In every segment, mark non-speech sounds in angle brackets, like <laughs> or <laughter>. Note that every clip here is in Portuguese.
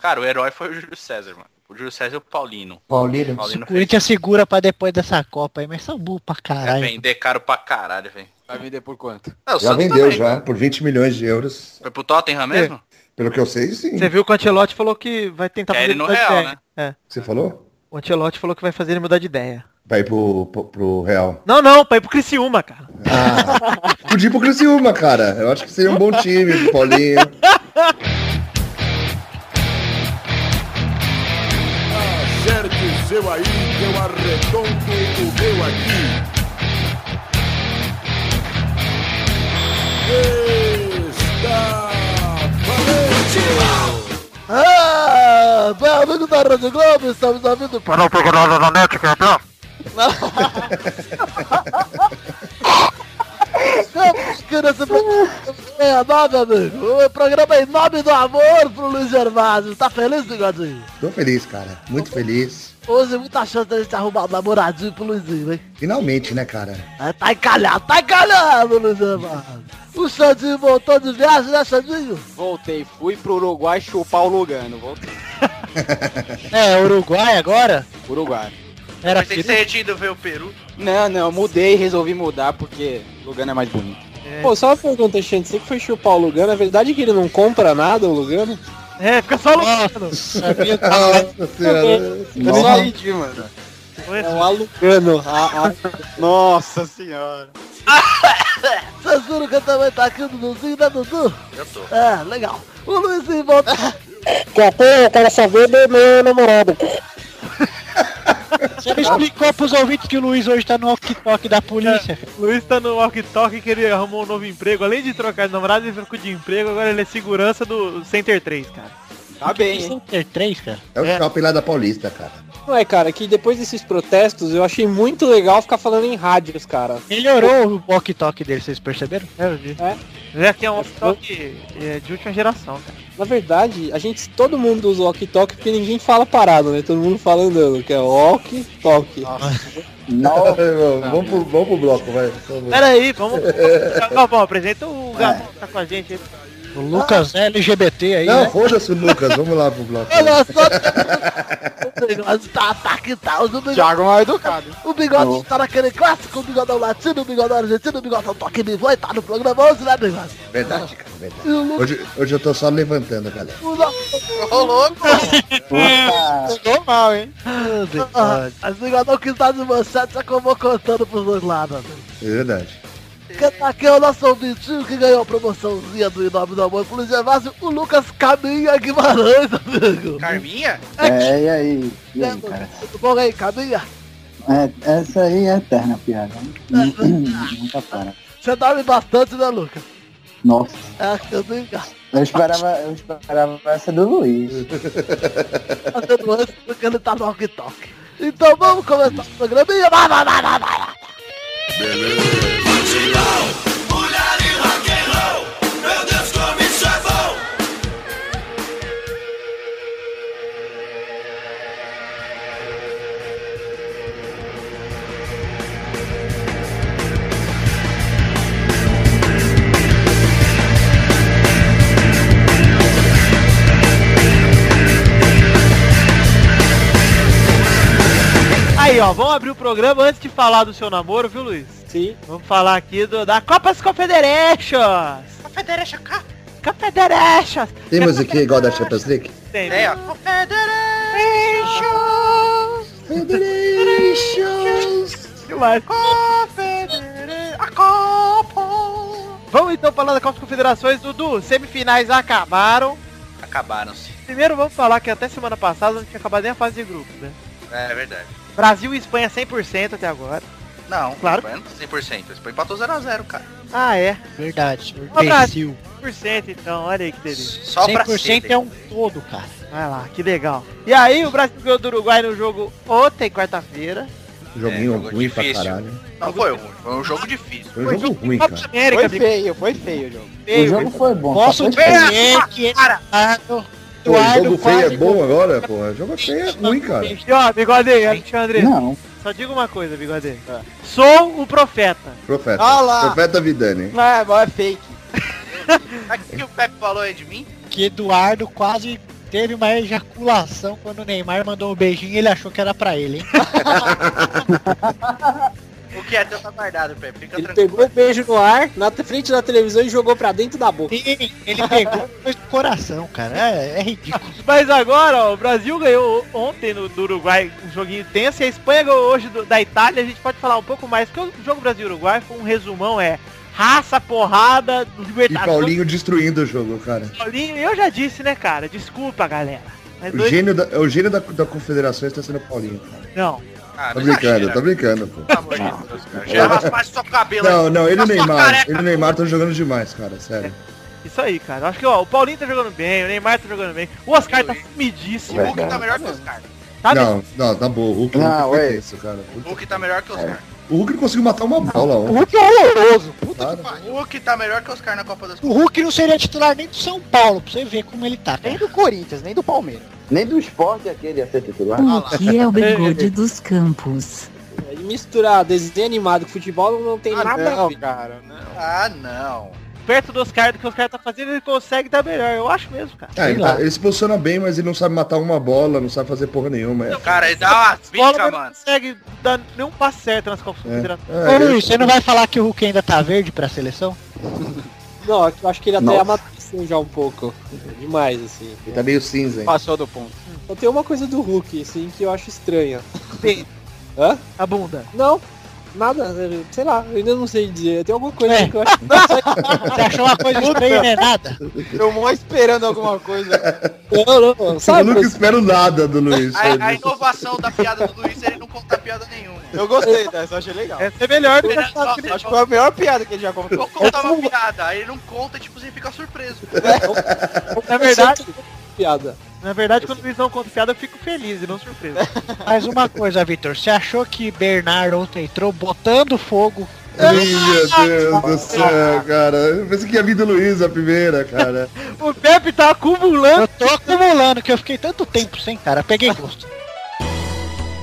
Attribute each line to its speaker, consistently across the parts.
Speaker 1: Cara, o herói foi o Júlio César, mano. O Júlio César e o Paulino.
Speaker 2: Paulino.
Speaker 1: Paulino.
Speaker 3: O Corinthians segura pra depois dessa Copa aí, mas são burro pra
Speaker 1: É
Speaker 3: caralho.
Speaker 1: vender caro pra caralho, velho.
Speaker 4: Vai vender por quanto?
Speaker 1: Ah, o
Speaker 2: Já
Speaker 1: Santos
Speaker 2: vendeu
Speaker 1: também.
Speaker 2: já, por 20 milhões de euros.
Speaker 1: Foi pro Tottenham mesmo?
Speaker 2: Pelo que eu sei, sim.
Speaker 5: Você viu que o Antelote falou que vai tentar
Speaker 1: Quer ele
Speaker 5: ele
Speaker 1: no
Speaker 5: mudar de
Speaker 1: Real, né?
Speaker 5: ideia. É.
Speaker 2: Você falou?
Speaker 5: O Antelote falou que vai fazer ele mudar de ideia.
Speaker 2: Vai ir pro, pro, pro Real.
Speaker 5: Não, não, pra ir pro Criciúma, cara.
Speaker 2: Ah, <laughs> podia ir pro Criciúma, cara. Eu acho que seria um bom time pro Paulinho.
Speaker 6: Acerte o seu aí, que eu arredondo o meu aqui. Está valente!
Speaker 7: Ah, bem, amigo da Rede Globo, estamos ouvindo... Para o programa da NET, campeão. Estamos querendo esse programa, é, amigo. O programa é em nome do amor pro Luiz Gervásio. Tá feliz, Bigodinho?
Speaker 2: Tô feliz, cara. Muito feliz.
Speaker 7: Hoje muita chance da gente arrumar um namoradinho pro Luizinho, hein?
Speaker 2: Finalmente, né, cara?
Speaker 7: Ah, Tá encalhado, tá encalhado, Luiz Gervásio. O Sandinho voltou de viagem, né, Sandinho?
Speaker 8: Voltei, fui pro Uruguai chupar o Lugano. Voltei.
Speaker 3: É, Uruguai agora?
Speaker 8: Uruguai.
Speaker 3: Era
Speaker 1: Mas tem que ser retido ver o Peru.
Speaker 8: Não, não, mudei, resolvi mudar porque Lugano é mais bonito.
Speaker 9: Pô, só uma pergunta, gente. Você que foi chupar o Lugano, é verdade que ele não compra nada, o Lugano?
Speaker 5: É, fica só no...
Speaker 3: Sabia que
Speaker 2: Nossa senhora.
Speaker 8: É só aí, tio, mano.
Speaker 9: É o Alugano. A, a...
Speaker 8: Nossa senhora.
Speaker 7: Vocês viram que eu também tá aqui o Duduzinho, né, Dudu?
Speaker 1: Eu tô.
Speaker 7: É, legal. O Luizinho
Speaker 9: <laughs>
Speaker 7: voltou...
Speaker 9: Até eu quero saber do meu namorado.
Speaker 3: Você não explicou pros ouvintes que o Luiz hoje tá no walk-talk da polícia?
Speaker 5: Luiz tá no walk-talk que ele arrumou um novo emprego. Além de trocar de namorado, ele trocou de emprego. Agora ele é segurança do Center 3, cara.
Speaker 8: Tá bem, hein?
Speaker 3: Center 3, cara?
Speaker 2: É o shopping lá da Paulista, cara.
Speaker 9: Ué, cara, que depois desses protestos, eu achei muito legal ficar falando em rádios, cara.
Speaker 3: Melhorou o walk-talk dele, vocês perceberam?
Speaker 5: É, eu vi. É. que é um walk-talk é, de última geração, cara.
Speaker 9: Na verdade, a gente, todo mundo usa walk-talk porque ninguém fala parado, né? Todo mundo fala andando, que é walk-talk.
Speaker 8: Ah.
Speaker 2: Não, <laughs> vamos, pro, vamos pro bloco, vai. por favor.
Speaker 5: Pera aí, vamos... Galvão, apresenta o Galvão que tá com a gente aí.
Speaker 3: É. O Lucas é LGBT
Speaker 5: assim,
Speaker 3: aí,
Speaker 2: Não,
Speaker 3: né?
Speaker 2: foda-se o Lucas, vamos lá pro
Speaker 5: É
Speaker 2: bloco.
Speaker 7: Ah. Olha só, o bigode tá, tá que tá. O bigode,
Speaker 8: Thiago é mal educado.
Speaker 7: o bigode está naquele clássico, o bigodão latino, o bigodão argentino, o bigodão toque me voa e tá no programa 11, né, bigode?
Speaker 2: Verdade, cara, verdade.
Speaker 7: E o Lucas,
Speaker 2: Hoje, hoje eu tô só levantando, galera.
Speaker 7: o nosso
Speaker 8: Chegou mal, hein?
Speaker 7: o bigodão Ah, que está de manchete, já que eu vou contando pros dois lados, amigo.
Speaker 2: É verdade.
Speaker 7: Quem tá aqui é o nosso ouvintinho que ganhou a promoçãozinha do Em Nome do Amor pro Luiz Gervásio, o Lucas Caminha Guimarães, amigo.
Speaker 1: Carminha?
Speaker 10: É, e aí? E aí, cara?
Speaker 7: Tudo bom aí, Caminha?
Speaker 10: É, essa aí é eterna piada. Nunca para.
Speaker 7: Ah, Você dorme bastante, né, Lucas?
Speaker 10: Nossa,
Speaker 7: É, Caminha.
Speaker 10: eu esperava, eu esperava essa do Luiz.
Speaker 7: fazendo antes porque ele tá no walk-talk. Então vamos começar o programinha. Vai, vai, vai, vai, vai.
Speaker 5: Aí, ó, vamos abrir o programa antes de falar do seu namoro, viu, Luiz?
Speaker 9: Sim.
Speaker 5: Vamos falar aqui do, da Copas Confederations. Confederations, Confederations.
Speaker 2: Tem musiquinha igual da Champions League?
Speaker 5: Tem,
Speaker 1: É, ó.
Speaker 5: demais. Vamos então falar da Copa das Confederações, Dudu. Semifinais acabaram.
Speaker 1: Acabaram-se.
Speaker 5: Primeiro vamos falar que até semana passada não tinha acabado nem a fase de grupos, né?
Speaker 1: É, verdade.
Speaker 5: Brasil e Espanha 100% até agora.
Speaker 1: Não,
Speaker 5: Claro.
Speaker 1: Espanha não tem 100%. A Espanha empatou 0x0, cara.
Speaker 5: Ah, é.
Speaker 3: Verdade,
Speaker 5: Brasil.
Speaker 3: imbecil.
Speaker 5: 100% então, olha aí que delícia.
Speaker 1: Só pra
Speaker 3: 100% é um todo, cara.
Speaker 5: Vai lá, que legal. E aí, o Brasil ganhou do Uruguai no jogo ontem, quarta-feira.
Speaker 2: Joguinho
Speaker 1: É, jogo
Speaker 2: ruim
Speaker 1: difícil.
Speaker 2: pra caralho.
Speaker 1: Não foi ruim. Foi um jogo difícil.
Speaker 2: Foi um jogo ruim,
Speaker 5: Copa
Speaker 2: cara.
Speaker 5: América,
Speaker 8: Foi
Speaker 5: amigo,
Speaker 8: feio, foi feio o jogo.
Speaker 10: O
Speaker 5: feio.
Speaker 10: jogo foi bom.
Speaker 3: Posso
Speaker 10: só foi feio.
Speaker 3: dizer que Eduardo,
Speaker 2: Pô, jogo
Speaker 3: Eduardo
Speaker 2: feio é
Speaker 3: quase
Speaker 2: bom agora, pô. Jogo feio é ruim, cara.
Speaker 5: E ó, Bigode, Alexandre,
Speaker 10: Não,
Speaker 5: só diga uma coisa, Bigode. Sou o profeta.
Speaker 2: Profeta.
Speaker 8: Ah lá.
Speaker 2: Profeta Vidani.
Speaker 8: Mas, mas é fake.
Speaker 1: Sabe o que o Pepe falou aí de mim?
Speaker 3: que Eduardo quase teve uma ejaculação quando o Neymar mandou um beijinho e ele achou que era pra ele, hein?
Speaker 1: O que é teu tá guardado, Pepe. Fica
Speaker 9: Ele
Speaker 1: tranquilo.
Speaker 9: pegou o beijo no ar, na frente da televisão e jogou pra dentro da boca.
Speaker 3: Sim,
Speaker 5: <laughs>
Speaker 3: ele pegou depois do coração, cara. É, é ridículo.
Speaker 5: Mas agora, ó, o Brasil ganhou ontem no, do Uruguai um joguinho tenso e a Espanha ganhou hoje do- da Itália. A gente pode falar um pouco mais, porque o jogo Brasil-Uruguai foi um resumão, é raça, porrada,
Speaker 2: E
Speaker 5: libertação.
Speaker 2: Paulinho destruindo o jogo, cara.
Speaker 5: Paulinho, eu já disse, né, cara? Desculpa, galera. Mas
Speaker 2: O
Speaker 5: dois...
Speaker 2: gênio da, o gênio da, da Confederação está sendo Paulinho, cara.
Speaker 5: Não.
Speaker 1: Ah,
Speaker 2: Tá
Speaker 1: não
Speaker 2: brincando,
Speaker 1: exagera,
Speaker 2: tá brincando, pô.
Speaker 1: Pelo amor de Deus, cara. Gera mais só cabelo.
Speaker 2: Não, não, ele e
Speaker 1: Tá
Speaker 2: o
Speaker 1: só
Speaker 2: Neymar.
Speaker 1: careca.
Speaker 2: Ele e o Neymar estão jogando demais, cara, sério.
Speaker 5: Isso aí, cara. Acho que ó, o Paulinho tá jogando bem, o Neymar tá jogando bem. O Oscar tá
Speaker 1: O
Speaker 5: sumidíssimo.
Speaker 1: Hulk tá melhor que os caras.
Speaker 5: Tá mesmo?
Speaker 2: Não, não, tá bom. O Hulk
Speaker 10: Não,
Speaker 2: não
Speaker 10: ué.
Speaker 2: é isso, cara. O
Speaker 1: O
Speaker 2: Hulk-
Speaker 1: Hulk tá melhor que os caras.
Speaker 2: O Hulk não conseguiu matar uma bola
Speaker 3: O
Speaker 2: ontem,
Speaker 3: Hulk é horroroso. Puta
Speaker 2: cara.
Speaker 1: O Hulk tá melhor que os caras na Copa das
Speaker 3: que- O Hulk não seria titular nem do São Paulo, pra você ver como ele tá.
Speaker 8: Nem
Speaker 3: Cara.
Speaker 8: do Corinthians, nem do Palmeiras.
Speaker 10: Nem do esporte aquele ia ser titular.
Speaker 1: Ah lá.
Speaker 4: O que é o bigode dos campos?
Speaker 9: E misturar desenho animado com futebol não tem
Speaker 8: Ah,
Speaker 9: nada a
Speaker 8: não,
Speaker 9: ver.
Speaker 8: cara. Não.
Speaker 1: Ah, não.
Speaker 5: Perto do Oscar, do que o Oscar tá fazendo, ele consegue dar melhor. Eu acho mesmo, cara.
Speaker 2: Ah, ele,
Speaker 3: lá.
Speaker 2: tá- ele se posiciona bem, mas ele não sabe matar uma bola, não sabe fazer porra nenhuma. É,
Speaker 1: Cara, ele dá uma
Speaker 5: Bola, mas
Speaker 1: pica,
Speaker 5: não
Speaker 1: mano.
Speaker 5: consegue dar nenhum passo certo nas Copas Confederações.
Speaker 2: é,
Speaker 3: Ô
Speaker 2: ele-
Speaker 3: Luiz, você não vai falar que o Hulk ainda tá verde pra seleção?
Speaker 9: Não, eu acho que ele até
Speaker 10: Nossa.
Speaker 9: amadureceu já um pouco. Demais, assim.
Speaker 2: ele tá meio cinza, hein?
Speaker 8: Passou do ponto.
Speaker 9: Só tem uma coisa do Hulk, assim, que eu acho estranha.
Speaker 5: A bunda.
Speaker 9: Não, nada, sei lá, eu ainda não sei dizer. Tem alguma coisa
Speaker 3: É.
Speaker 9: que eu acho.
Speaker 3: Você achou uma coisa estranha, né?
Speaker 2: <laughs>
Speaker 3: Nada.
Speaker 8: Eu mó esperando alguma coisa.
Speaker 9: Não, não,
Speaker 2: Tipo, Eu
Speaker 9: sabe?
Speaker 2: nunca espero nada
Speaker 1: <laughs>
Speaker 2: do Luiz. Tipo,
Speaker 1: A, a inovação da piada do Luiz, ele não conta piada nenhuma.
Speaker 8: Eu gostei dessa, achei legal.
Speaker 5: Essa é melhor.
Speaker 1: Ele- ó,
Speaker 8: Acho que foi a melhor piada que ele já contou.
Speaker 1: Vou contar uma piada, aí ele não conta, tipo, você fica surpreso.
Speaker 5: Na é verdade,
Speaker 9: é piada.
Speaker 5: na verdade, quando eles não contam piada, eu fico feliz e não
Speaker 10: <laughs>
Speaker 5: surpreso.
Speaker 3: Mas uma coisa, Vitor, você achou que Bernardo ontem entrou botando fogo?
Speaker 2: Ih, Meu Deus do céu, cara. Eu pensei que ia vir do Luiz a primeira, cara.
Speaker 5: o Pepe tá acumulando.
Speaker 3: Eu tô acumulando, que eu fiquei tanto tempo sem, cara. Peguei gosto.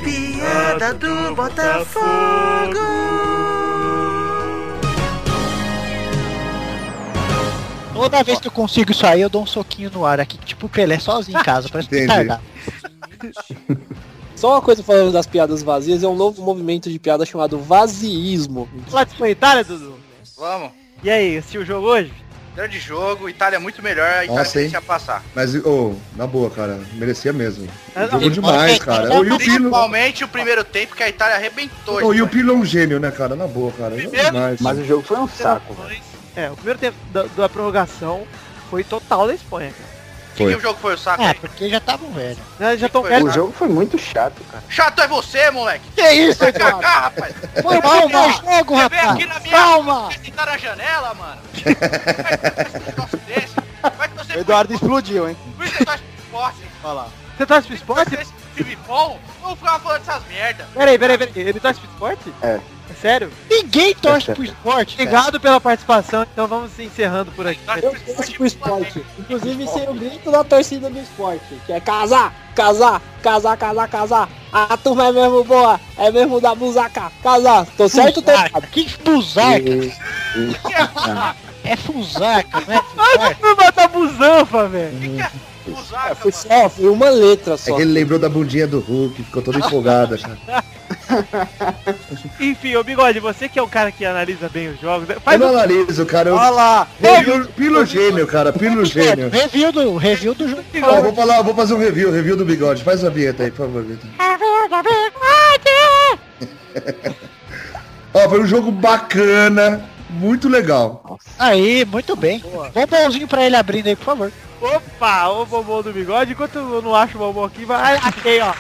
Speaker 6: Piada do Botafogo.
Speaker 3: Toda vez que eu consigo isso aí, eu dou um soquinho no ar aqui, tipo o Pelé sozinho em casa, parece
Speaker 2: Entendi.
Speaker 3: retardado.
Speaker 9: Só uma coisa falando das piadas vazias, é um novo movimento de piada chamado vaziismo.
Speaker 5: Lá de Espanha e Itália, Dudu.
Speaker 1: Vamos.
Speaker 5: E aí, assistiu o jogo hoje?
Speaker 1: Grande jogo, Itália é muito melhor, a Itália
Speaker 2: Nossa,
Speaker 1: tem
Speaker 2: hein?
Speaker 1: que se passar.
Speaker 2: Mas, ô, na boa, cara. Merecia mesmo. Jogou
Speaker 3: ele-
Speaker 2: demais,
Speaker 3: ele-
Speaker 2: cara.
Speaker 3: ele-
Speaker 2: Ô, E o Pirlo...
Speaker 1: Principalmente o primeiro tempo que a Itália arrebentou.
Speaker 2: ô, e o Pirlo é um gênio, né, cara? Na boa, cara. Jogou
Speaker 5: Primeiro-
Speaker 2: demais.
Speaker 10: Mas o jogo foi um saco.
Speaker 5: É, o primeiro tempo da, da prorrogação foi total da Espanha, cara.
Speaker 1: Que que o jogo foi o saco?
Speaker 3: Ah, porque já tava um velho.
Speaker 5: Eles já estão
Speaker 1: Foi.
Speaker 5: velhos.
Speaker 10: O jogo foi muito chato, cara.
Speaker 1: Chato é você, moleque.
Speaker 3: Que isso,
Speaker 8: É.
Speaker 1: Vai cagar, rapaz.
Speaker 3: Foi mal o meu jogo,
Speaker 1: Você veio
Speaker 3: rapaz.
Speaker 1: aqui na minha
Speaker 3: Calma!
Speaker 1: Vai sentar na janela,
Speaker 8: <laughs>
Speaker 1: mano. Vai que você tá Vai que você
Speaker 8: Eduardo explodiu, hein?
Speaker 1: Por isso que eu tô achando tá esporte.
Speaker 8: Olha lá.
Speaker 5: Você torce pro
Speaker 1: Por
Speaker 5: esporte?
Speaker 1: isso que esse time bom, não ficava falando dessas merda.
Speaker 5: Peraí, peraí, peraí. Ele torce pro esporte?
Speaker 10: É.
Speaker 5: É sério?
Speaker 3: Ninguém torce pro esporte, cara.
Speaker 5: Obrigado pela participação, então vamos encerrando por aqui.
Speaker 1: Nós
Speaker 9: Eu
Speaker 1: precisamos
Speaker 9: torço
Speaker 1: de
Speaker 9: pro
Speaker 1: Flamengo.
Speaker 9: esporte. Inclusive sem o grito da torcida do esporte, que é casar, casar, casar, casar, casar. A turma é mesmo boa, é mesmo da busaca, casar. Tô certo ou tô errado?
Speaker 3: Fusarca. Que fusarca? É fusarca, não é fusarca.
Speaker 5: Vai tá matar busanfa, velho.
Speaker 1: Fusarca,
Speaker 9: É, Foi
Speaker 1: mano.
Speaker 9: só, foi uma letra
Speaker 2: É
Speaker 9: só.
Speaker 2: que ele lembrou da bundinha do Hulk, ficou todo empolgado, cara.
Speaker 5: Enfim, ô Bigode, você que é um cara que analisa bem os jogos,
Speaker 2: Eu
Speaker 5: faz
Speaker 2: não
Speaker 5: um...
Speaker 2: analiso, cara.
Speaker 8: Olha
Speaker 2: Eu...
Speaker 8: lá.
Speaker 2: Pirlo, Pirlo é um gênio, cara. Pirlo gênio.
Speaker 3: Review do, review do jogo.
Speaker 2: Ó, eu vou falar, eu vou fazer um review, review do bigode. Faz a vinheta aí, por favor, Vitor. Ó, foi um jogo bacana, muito legal.
Speaker 3: Aí, muito bem. Bombonzinho pra ele abrindo aí, por favor.
Speaker 5: Opa, ô bombom do Bigode, enquanto eu não acho o bombom aqui, vai... Achei, ó.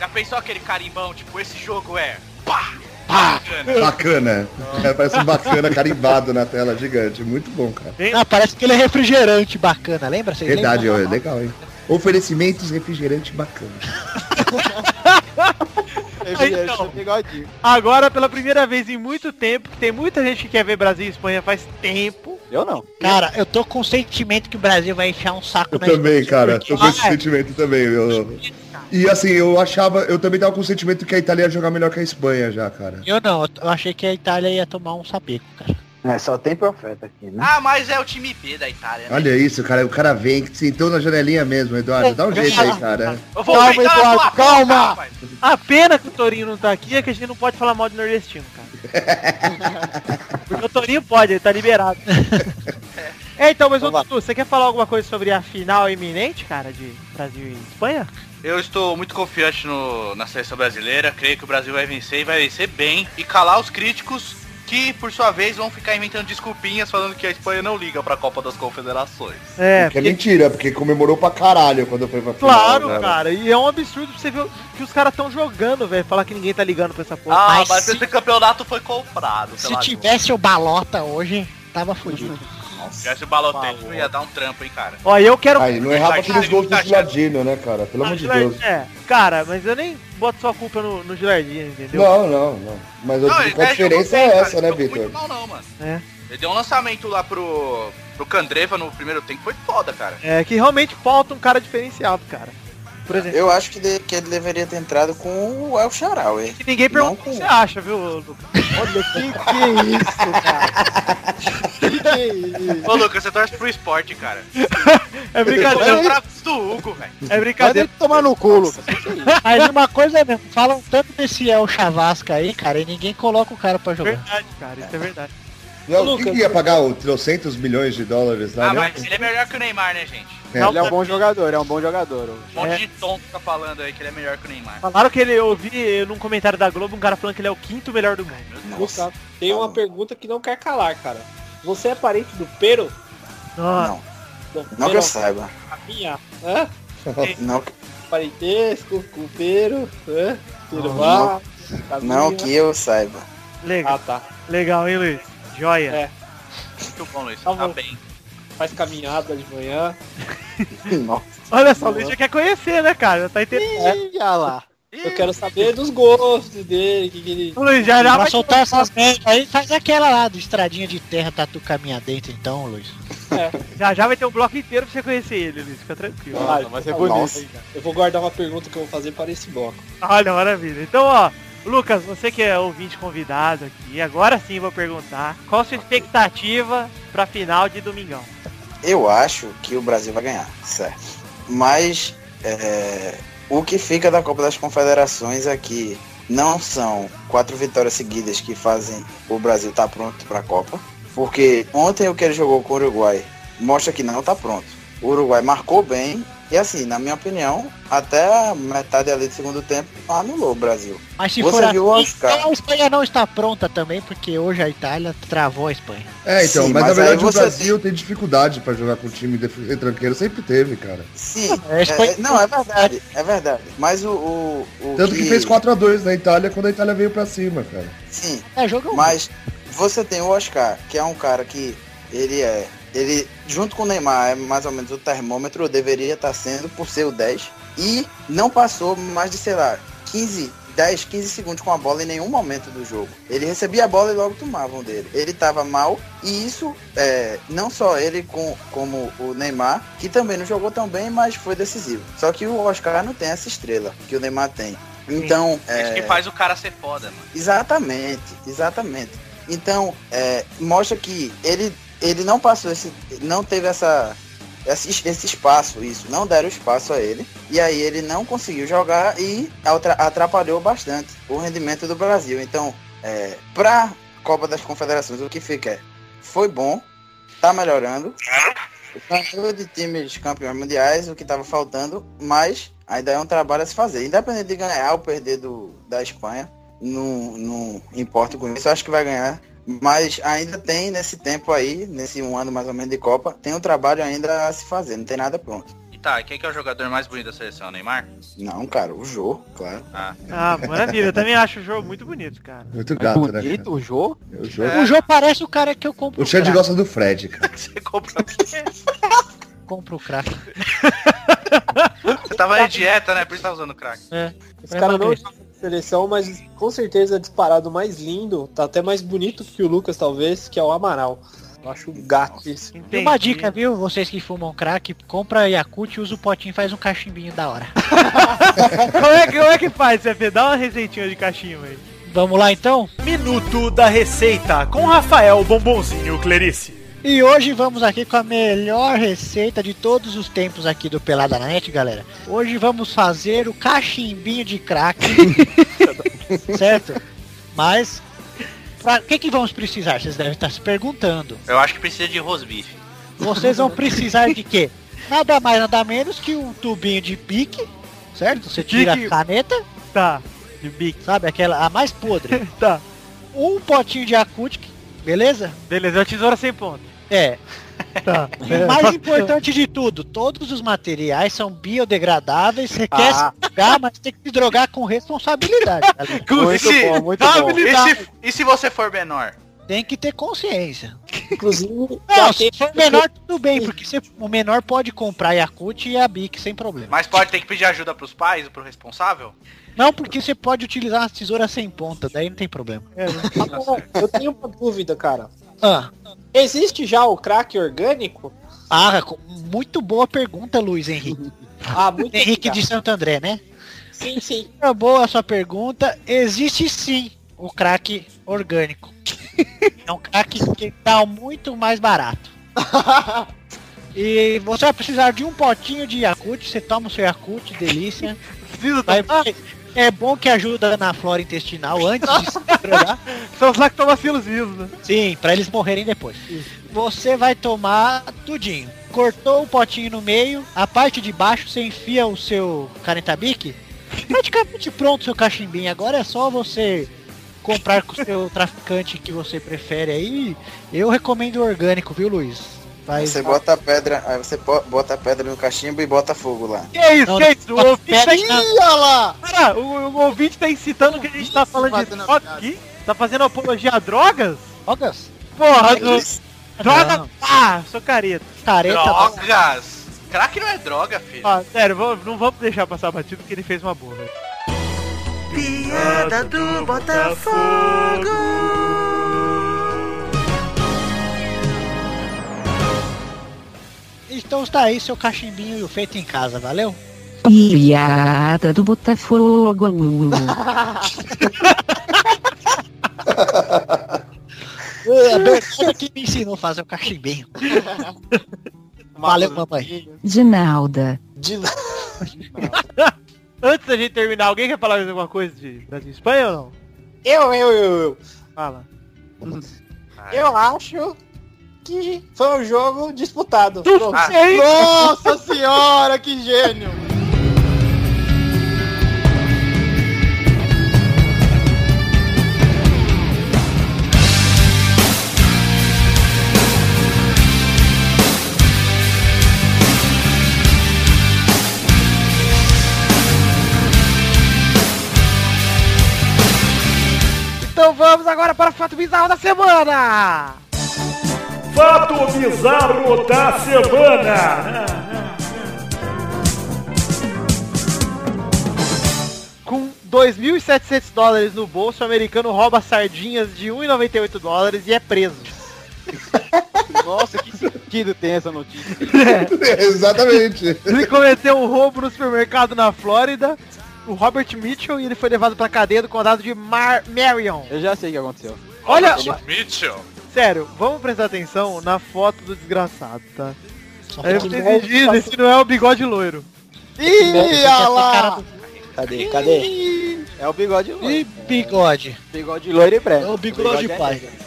Speaker 1: Já pensou aquele carimbão, tipo, esse jogo é... Pá! Bacana.
Speaker 2: Bacana. É, parece um bacana carimbado na tela, gigante. Muito bom, cara.
Speaker 3: Ah, parece que ele é refrigerante bacana, lembra? Vocês
Speaker 2: Verdade, ó,
Speaker 3: lembram?
Speaker 2: é legal, hein? Oferecimentos refrigerante bacana.
Speaker 8: Teve
Speaker 5: Então.
Speaker 8: esse bigodinho.
Speaker 5: Agora, pela primeira vez em muito tempo, que tem muita gente que quer ver Brasil e Espanha faz tempo.
Speaker 8: Eu não.
Speaker 3: Cara, eu tô com o sentimento que o Brasil vai enfiar um saco
Speaker 2: Eu
Speaker 3: na
Speaker 2: também, cara.
Speaker 3: porque
Speaker 2: Tô com esse
Speaker 5: é
Speaker 3: vai.
Speaker 2: sentimento também, meu. E assim, eu achava, eu também tava com o sentimento que a Itália ia jogar melhor que a Espanha já, cara.
Speaker 3: Eu não, eu achei que a Itália ia tomar um sapeco, cara.
Speaker 10: É, só tem profeta aqui,
Speaker 3: Uhum.
Speaker 10: né?
Speaker 1: Ah, mas é o time B da Itália. né?
Speaker 2: Olha isso, cara. O cara vem, que sentou na janelinha mesmo, Eduardo.
Speaker 5: É,
Speaker 2: Dá um jeito aí, cara.
Speaker 1: Eu vou
Speaker 5: Calma,
Speaker 1: deitar na
Speaker 5: Eduardo,
Speaker 1: tua boca,
Speaker 5: calma!
Speaker 1: rapaz.
Speaker 5: A pena que o Torinho não tá aqui é que a gente não pode falar mal de nordestino, cara.
Speaker 2: <laughs>
Speaker 5: Porque o Torinho pode, ele tá <laughs> liberado. É, então, mas ô
Speaker 8: Vamos lá.
Speaker 5: Dudu, você quer falar alguma coisa sobre a final iminente, cara, de Brasil e Espanha?
Speaker 1: Eu estou muito confiante no- na seleção brasileira. Creio que o Brasil vai vencer e vai vencer bem. E calar os críticos que, por sua vez, vão ficar inventando desculpinhas falando que a Espanha não liga pra Copa das Confederações.
Speaker 5: É,
Speaker 2: que é mentira, porque comemorou pra caralho quando foi pra final,
Speaker 5: claro,
Speaker 2: né?
Speaker 5: cara. E é um absurdo você ver que os caras tão jogando, velho. Falar que ninguém tá ligando pra essa porra.
Speaker 1: Ah,
Speaker 3: mas
Speaker 1: mas
Speaker 3: se-
Speaker 1: esse campeonato foi comprado.
Speaker 3: Se tivesse o Balota hoje, tava fudido.
Speaker 1: tivesse o Balotelli, ia dar um trampo, hein, cara.
Speaker 5: Ó, eu quero.
Speaker 2: Aí, não errava aqueles gols do Gilardino, né, cara? Pelo
Speaker 5: Ah,
Speaker 2: amor de
Speaker 5: Gilar-
Speaker 2: Deus.
Speaker 5: É, cara, mas eu nem boto sua culpa no, no Gilardino, entendeu?
Speaker 2: Não, não, não. Mas eu
Speaker 1: Não, é,
Speaker 2: digo que a
Speaker 1: ele jogou
Speaker 2: diferença
Speaker 1: bem,
Speaker 2: é
Speaker 1: assim, cara.
Speaker 2: essa,
Speaker 1: Ele
Speaker 2: né,
Speaker 1: jogou
Speaker 2: Vitor?
Speaker 1: muito mal não, mano.
Speaker 5: É.
Speaker 1: Ele deu um lançamento lá pro, pro Candreva no primeiro tempo, foi foda, cara.
Speaker 5: É que realmente falta um cara diferenciado, cara. Por exemplo,
Speaker 8: Eu acho que, de- que ele deveria ter entrado com o El Charaui.
Speaker 5: que ninguém pergunta o que
Speaker 8: Não,
Speaker 5: você acha, viu, Lucas?
Speaker 9: Olha, que que é isso, cara? Que que é isso?
Speaker 1: Ô, Lucas, você torce pro esporte, cara.
Speaker 5: É
Speaker 1: Cadê o
Speaker 5: brincadeira,
Speaker 1: Travis do Hugo, velho?
Speaker 5: é
Speaker 3: Cadê
Speaker 5: brincadeira.
Speaker 3: ele tomar no cu, Lucas? Mas uma coisa é mesmo, falam tanto desse El Chavasca aí, cara, e ninguém coloca o cara pra
Speaker 5: É
Speaker 3: jogar.
Speaker 5: verdade, cara, isso é verdade.
Speaker 2: Não, quem que ia pagar os 300 milhões de dólares lá,
Speaker 1: Ah,
Speaker 2: né?
Speaker 1: mas ele é melhor que o Neymar, né, gente?
Speaker 8: Ele é um bom jogador, é um bom jogador.
Speaker 1: Um monte de tonto tá falando aí que ele é melhor que o Neymar.
Speaker 5: Falaram que ele, eu ouvi num comentário da Globo um cara falando que ele é o quinto melhor do mundo.
Speaker 8: Nossa.
Speaker 9: Gustavo, tem uma pergunta que não quer calar, cara. Você é parente do Pero?
Speaker 5: Nossa,
Speaker 9: Do
Speaker 8: Não que
Speaker 9: Pero
Speaker 8: eu saiba.
Speaker 9: Rafinha? Hã?
Speaker 8: Não, que-
Speaker 9: Parentesco com o Pero? Hã? Turma?
Speaker 8: Não, não que eu saiba.
Speaker 5: legal,
Speaker 9: Ah, tá.
Speaker 5: legal, hein, Luiz? Joia.
Speaker 9: É.
Speaker 1: Muito bom, Luiz.
Speaker 9: Tá
Speaker 1: Tá
Speaker 9: bom.
Speaker 1: bem.
Speaker 9: Faz caminhada de manhã.
Speaker 8: Nossa.
Speaker 5: Olha só, o Luiz já quer conhecer, né, cara? Já tá entendendo.
Speaker 9: Ih, olha lá. Eu
Speaker 1: Ih,
Speaker 9: quero saber dos gostos dele, que, que ele...
Speaker 5: O Luiz já já
Speaker 3: Pra
Speaker 5: vai
Speaker 3: soltar essas merdas aí, faz aquela lá do estradinha de terra, tatu caminha dentro então, Luiz.
Speaker 5: Já já vai ter um bloco inteiro pra você conhecer ele, Luiz. Fica tranquilo.
Speaker 9: Ah,
Speaker 8: vai ser
Speaker 9: tá
Speaker 8: bonito.
Speaker 9: bom, hein, cara. Eu vou guardar uma pergunta que eu vou fazer para esse bloco.
Speaker 5: Olha, maravilha. Então, ó, Lucas, você que é ouvinte convidado aqui, agora sim vou perguntar. Qual a sua expectativa pra final de domingão?
Speaker 8: Eu acho que o Brasil vai ganhar, certo. Mas é, o que fica da Copa das Confederações é que não são quatro vitórias seguidas que fazem o Brasil estar pronto para a Copa. Porque ontem o que ele jogou com o Uruguai mostra que não está pronto. O Uruguai marcou bem e assim, na minha opinião, até a metade ali do segundo tempo anulou o Brasil.
Speaker 3: Mas se
Speaker 8: Você
Speaker 3: for
Speaker 8: viu o
Speaker 3: assim,
Speaker 8: Oscar?
Speaker 3: então a Espanha não está pronta também, porque hoje a Itália travou a Espanha.
Speaker 2: É, então,
Speaker 8: Sim,
Speaker 2: mas, na
Speaker 8: mas aí
Speaker 2: verdade o
Speaker 8: você
Speaker 2: Brasil tem dificuldade pra jogar com o time def- retranqueiro, sempre teve, cara.
Speaker 8: Sim,
Speaker 3: É, a Espanha-
Speaker 8: é- não, é verdade, é verdade. Mas o. o, o
Speaker 2: Tanto que fez 4x2 na Itália quando a Itália veio pra cima, cara.
Speaker 8: Sim,
Speaker 3: É jogo
Speaker 8: Mas você tem o Oscar, que é um cara que ele é. Ele, junto com o Neymar, é mais ou menos o termômetro, deveria estar sendo por ser o 10. E não passou mais de, sei lá, 15, 10, 15 segundos com a bola em nenhum momento do jogo. Ele recebia a bola e logo tomavam dele. Ele tava mal, e isso, é, não só ele com, como o Neymar, que também não jogou tão bem, mas foi decisivo. Só que o Oscar não tem essa estrela que o Neymar tem. Então, é,
Speaker 1: Isso que faz o cara ser foda, mano.
Speaker 8: Exatamente, exatamente. Então, é, mostra que ele, ele não passou esse. não teve essa. Esse, esse espaço, isso, não deram espaço a ele, e aí ele não conseguiu jogar e atra- atrapalhou bastante o rendimento do Brasil. Então, é, pra Copa das Confederações, o que fica é, foi bom, tá melhorando, ganhou de times campeões mundiais, o que tava faltando, mas ainda é um trabalho a se fazer, independente de ganhar ou perder do, da Espanha, não, não importa com isso, eu acho que vai ganhar. Mas ainda tem nesse tempo aí, nesse um ano mais ou menos de Copa, tem um trabalho ainda a se fazer, não tem nada pronto.
Speaker 1: E tá, e quem que é o jogador mais bonito da seleção, Neymar?
Speaker 8: Não, cara, o jogo, claro.
Speaker 5: Ah, maravilha. Eu também acho o jogo muito bonito, cara.
Speaker 2: Muito gato, né? cara?
Speaker 8: o jogo?
Speaker 2: O
Speaker 1: É,
Speaker 2: jogo-
Speaker 3: O jogo parece o cara que eu compro
Speaker 2: É. O Xande
Speaker 3: crack.
Speaker 2: gosta do Fred,
Speaker 1: <laughs>
Speaker 2: cara.
Speaker 1: Você comprou.
Speaker 3: Compro o crack.
Speaker 1: Você tava em dieta, né? Por isso tá usando crack.
Speaker 9: Os
Speaker 3: Pra
Speaker 9: caras não
Speaker 3: emagrecer.
Speaker 9: estão na seleção, mas com certeza é disparado mais lindo, tá até mais bonito que o Lucas, talvez, que é o Amaral. Eu acho um gato isso.
Speaker 3: E
Speaker 5: Entendi.
Speaker 3: Uma dica, viu? Vocês que fumam crack, compra Yakut, usa o potinho e faz um cachimbinho da hora.
Speaker 5: <laughs>
Speaker 3: né?
Speaker 5: Como é, que- como é que faz, CP? Dá uma receitinha de cachimbo aí.
Speaker 3: Vamos lá então?
Speaker 11: Minuto da Receita com Rafael Bombonzinho Clarice.
Speaker 3: E hoje vamos aqui com a melhor receita de todos os tempos aqui do Pelada na Net, galera. Hoje vamos fazer o cachimbinho de
Speaker 2: <laughs>
Speaker 3: crack. certo? Mas, pra que que vamos precisar? Vocês devem estar se perguntando.
Speaker 1: Eu acho que precisa de rosbife.
Speaker 3: Vocês vão precisar de quê? Nada mais, nada menos que um tubinho de pique, certo? Você tira
Speaker 5: Pique.
Speaker 3: a caneta.
Speaker 5: Tá.
Speaker 3: De bico. Sabe, aquela, a mais podre.
Speaker 5: tá.
Speaker 3: Um potinho de acútic, beleza?
Speaker 5: Beleza, é uma tesoura sem ponta.
Speaker 3: É.
Speaker 5: Tá.
Speaker 3: E o mais importante de tudo, todos os materiais são biodegradáveis, você quer se drogar, mas tem que se drogar com responsabilidade. galera.
Speaker 1: se, E, se, e se você for menor?
Speaker 3: Tem que ter consciência. <laughs>
Speaker 9: Inclusive,
Speaker 3: Não, se for menor, tudo bem, porque você- o menor pode comprar Yakut e a Bic sem problema.
Speaker 1: Mas pode ter que pedir ajuda pros pais, pro responsável?
Speaker 3: Não, porque você pode utilizar uma tesoura sem ponta, daí não tem problema.
Speaker 9: eu tenho uma dúvida, cara.
Speaker 3: Ah,
Speaker 9: Existe já o crack orgânico?
Speaker 3: ah, co- muito boa pergunta, Luiz Henrique.
Speaker 9: Ah, muito
Speaker 3: <laughs> Henrique
Speaker 9: obrigado.
Speaker 3: de Santo André, né?
Speaker 9: Sim, sim.
Speaker 3: É boa a sua pergunta. Existe sim o crack orgânico. É um crack que tá muito mais barato. E você vai precisar de um potinho de Yakut, você toma o seu Yakut, delícia. Vai- é bom que ajuda na flora intestinal antes de se drogar.
Speaker 5: São os lactobacilos vivos, né?
Speaker 3: Sim, pra eles morrerem depois. Você vai tomar tudinho. Cortou o potinho no meio, a parte de baixo você enfia o seu canetabique. Praticamente pronto seu cachimbinho. Agora é só você comprar com o seu traficante que você prefere aí. Eu recomendo o orgânico, viu, Luiz? Vai-
Speaker 8: Você bota a pedra, aí você po- bota a pedra no cachimbo e bota fogo lá.
Speaker 5: Que isso,
Speaker 3: Não,
Speaker 5: que
Speaker 3: não,
Speaker 5: isso? O
Speaker 3: não,
Speaker 5: ouvinte tá...
Speaker 3: pera, não.
Speaker 5: Ih, olha lá! Cara, o, o ouvinte tá incitando que a gente tá falando de droga aqui? Tá fazendo apologia a drogas?
Speaker 3: Drogas?
Speaker 5: Porra,
Speaker 1: Que
Speaker 5: do...
Speaker 1: isso?
Speaker 5: droga!
Speaker 1: Não.
Speaker 5: Ah, sou careta.
Speaker 3: Careta,
Speaker 1: Drogas! Crack não é droga, filho.
Speaker 5: Ah, sério, vamos- não vamos deixar passar batido porque ele fez uma boa, velho.
Speaker 12: Piada do Botafogo.
Speaker 3: Então está aí seu cachimbinho feito em casa, valeu?
Speaker 4: Piada do Botafogo.
Speaker 3: É a Bernarda que me ensinou a fazer o cachimbinho. <laughs> Valeu, mamãe.
Speaker 4: Ginalda.
Speaker 9: De...
Speaker 5: Antes da gente terminar, alguém quer falar mais alguma coisa de, da de Espanha ou não?
Speaker 9: Eu, eu, eu, eu.
Speaker 5: Fala.
Speaker 9: Eu acho que foi um jogo disputado. Pronto.
Speaker 5: Ah. sei.
Speaker 9: Nossa senhora, que gênio!
Speaker 5: Então vamos agora para o fato bizarro da semana!
Speaker 11: Fato bizarro da semana.
Speaker 5: Com 2.700 dólares no bolso, o americano rouba sardinhas de 1,98 dólares e é preso.
Speaker 13: <laughs> Nossa, que sentido tem essa notícia?
Speaker 2: Exatamente.
Speaker 5: Ele cometeu um roubo no supermercado na Flórida, o Robert Mitchell, e ele foi levado pra cadeia do condado de Mar Marion.
Speaker 13: Eu já sei o que aconteceu.
Speaker 5: Olha,
Speaker 1: Mitchell.
Speaker 5: sério, vamos prestar atenção na foto do desgraçado, tá? Aí
Speaker 9: que
Speaker 5: vocês
Speaker 9: merda.
Speaker 5: me dizem se não é o bigode loiro.
Speaker 9: Ih, olha lá!
Speaker 13: Cadê? Cadê? É o bigode loiro.
Speaker 3: E bigode.
Speaker 13: Bigode loiro e breve.
Speaker 3: É o bigode
Speaker 13: é
Speaker 3: pai.
Speaker 13: negro.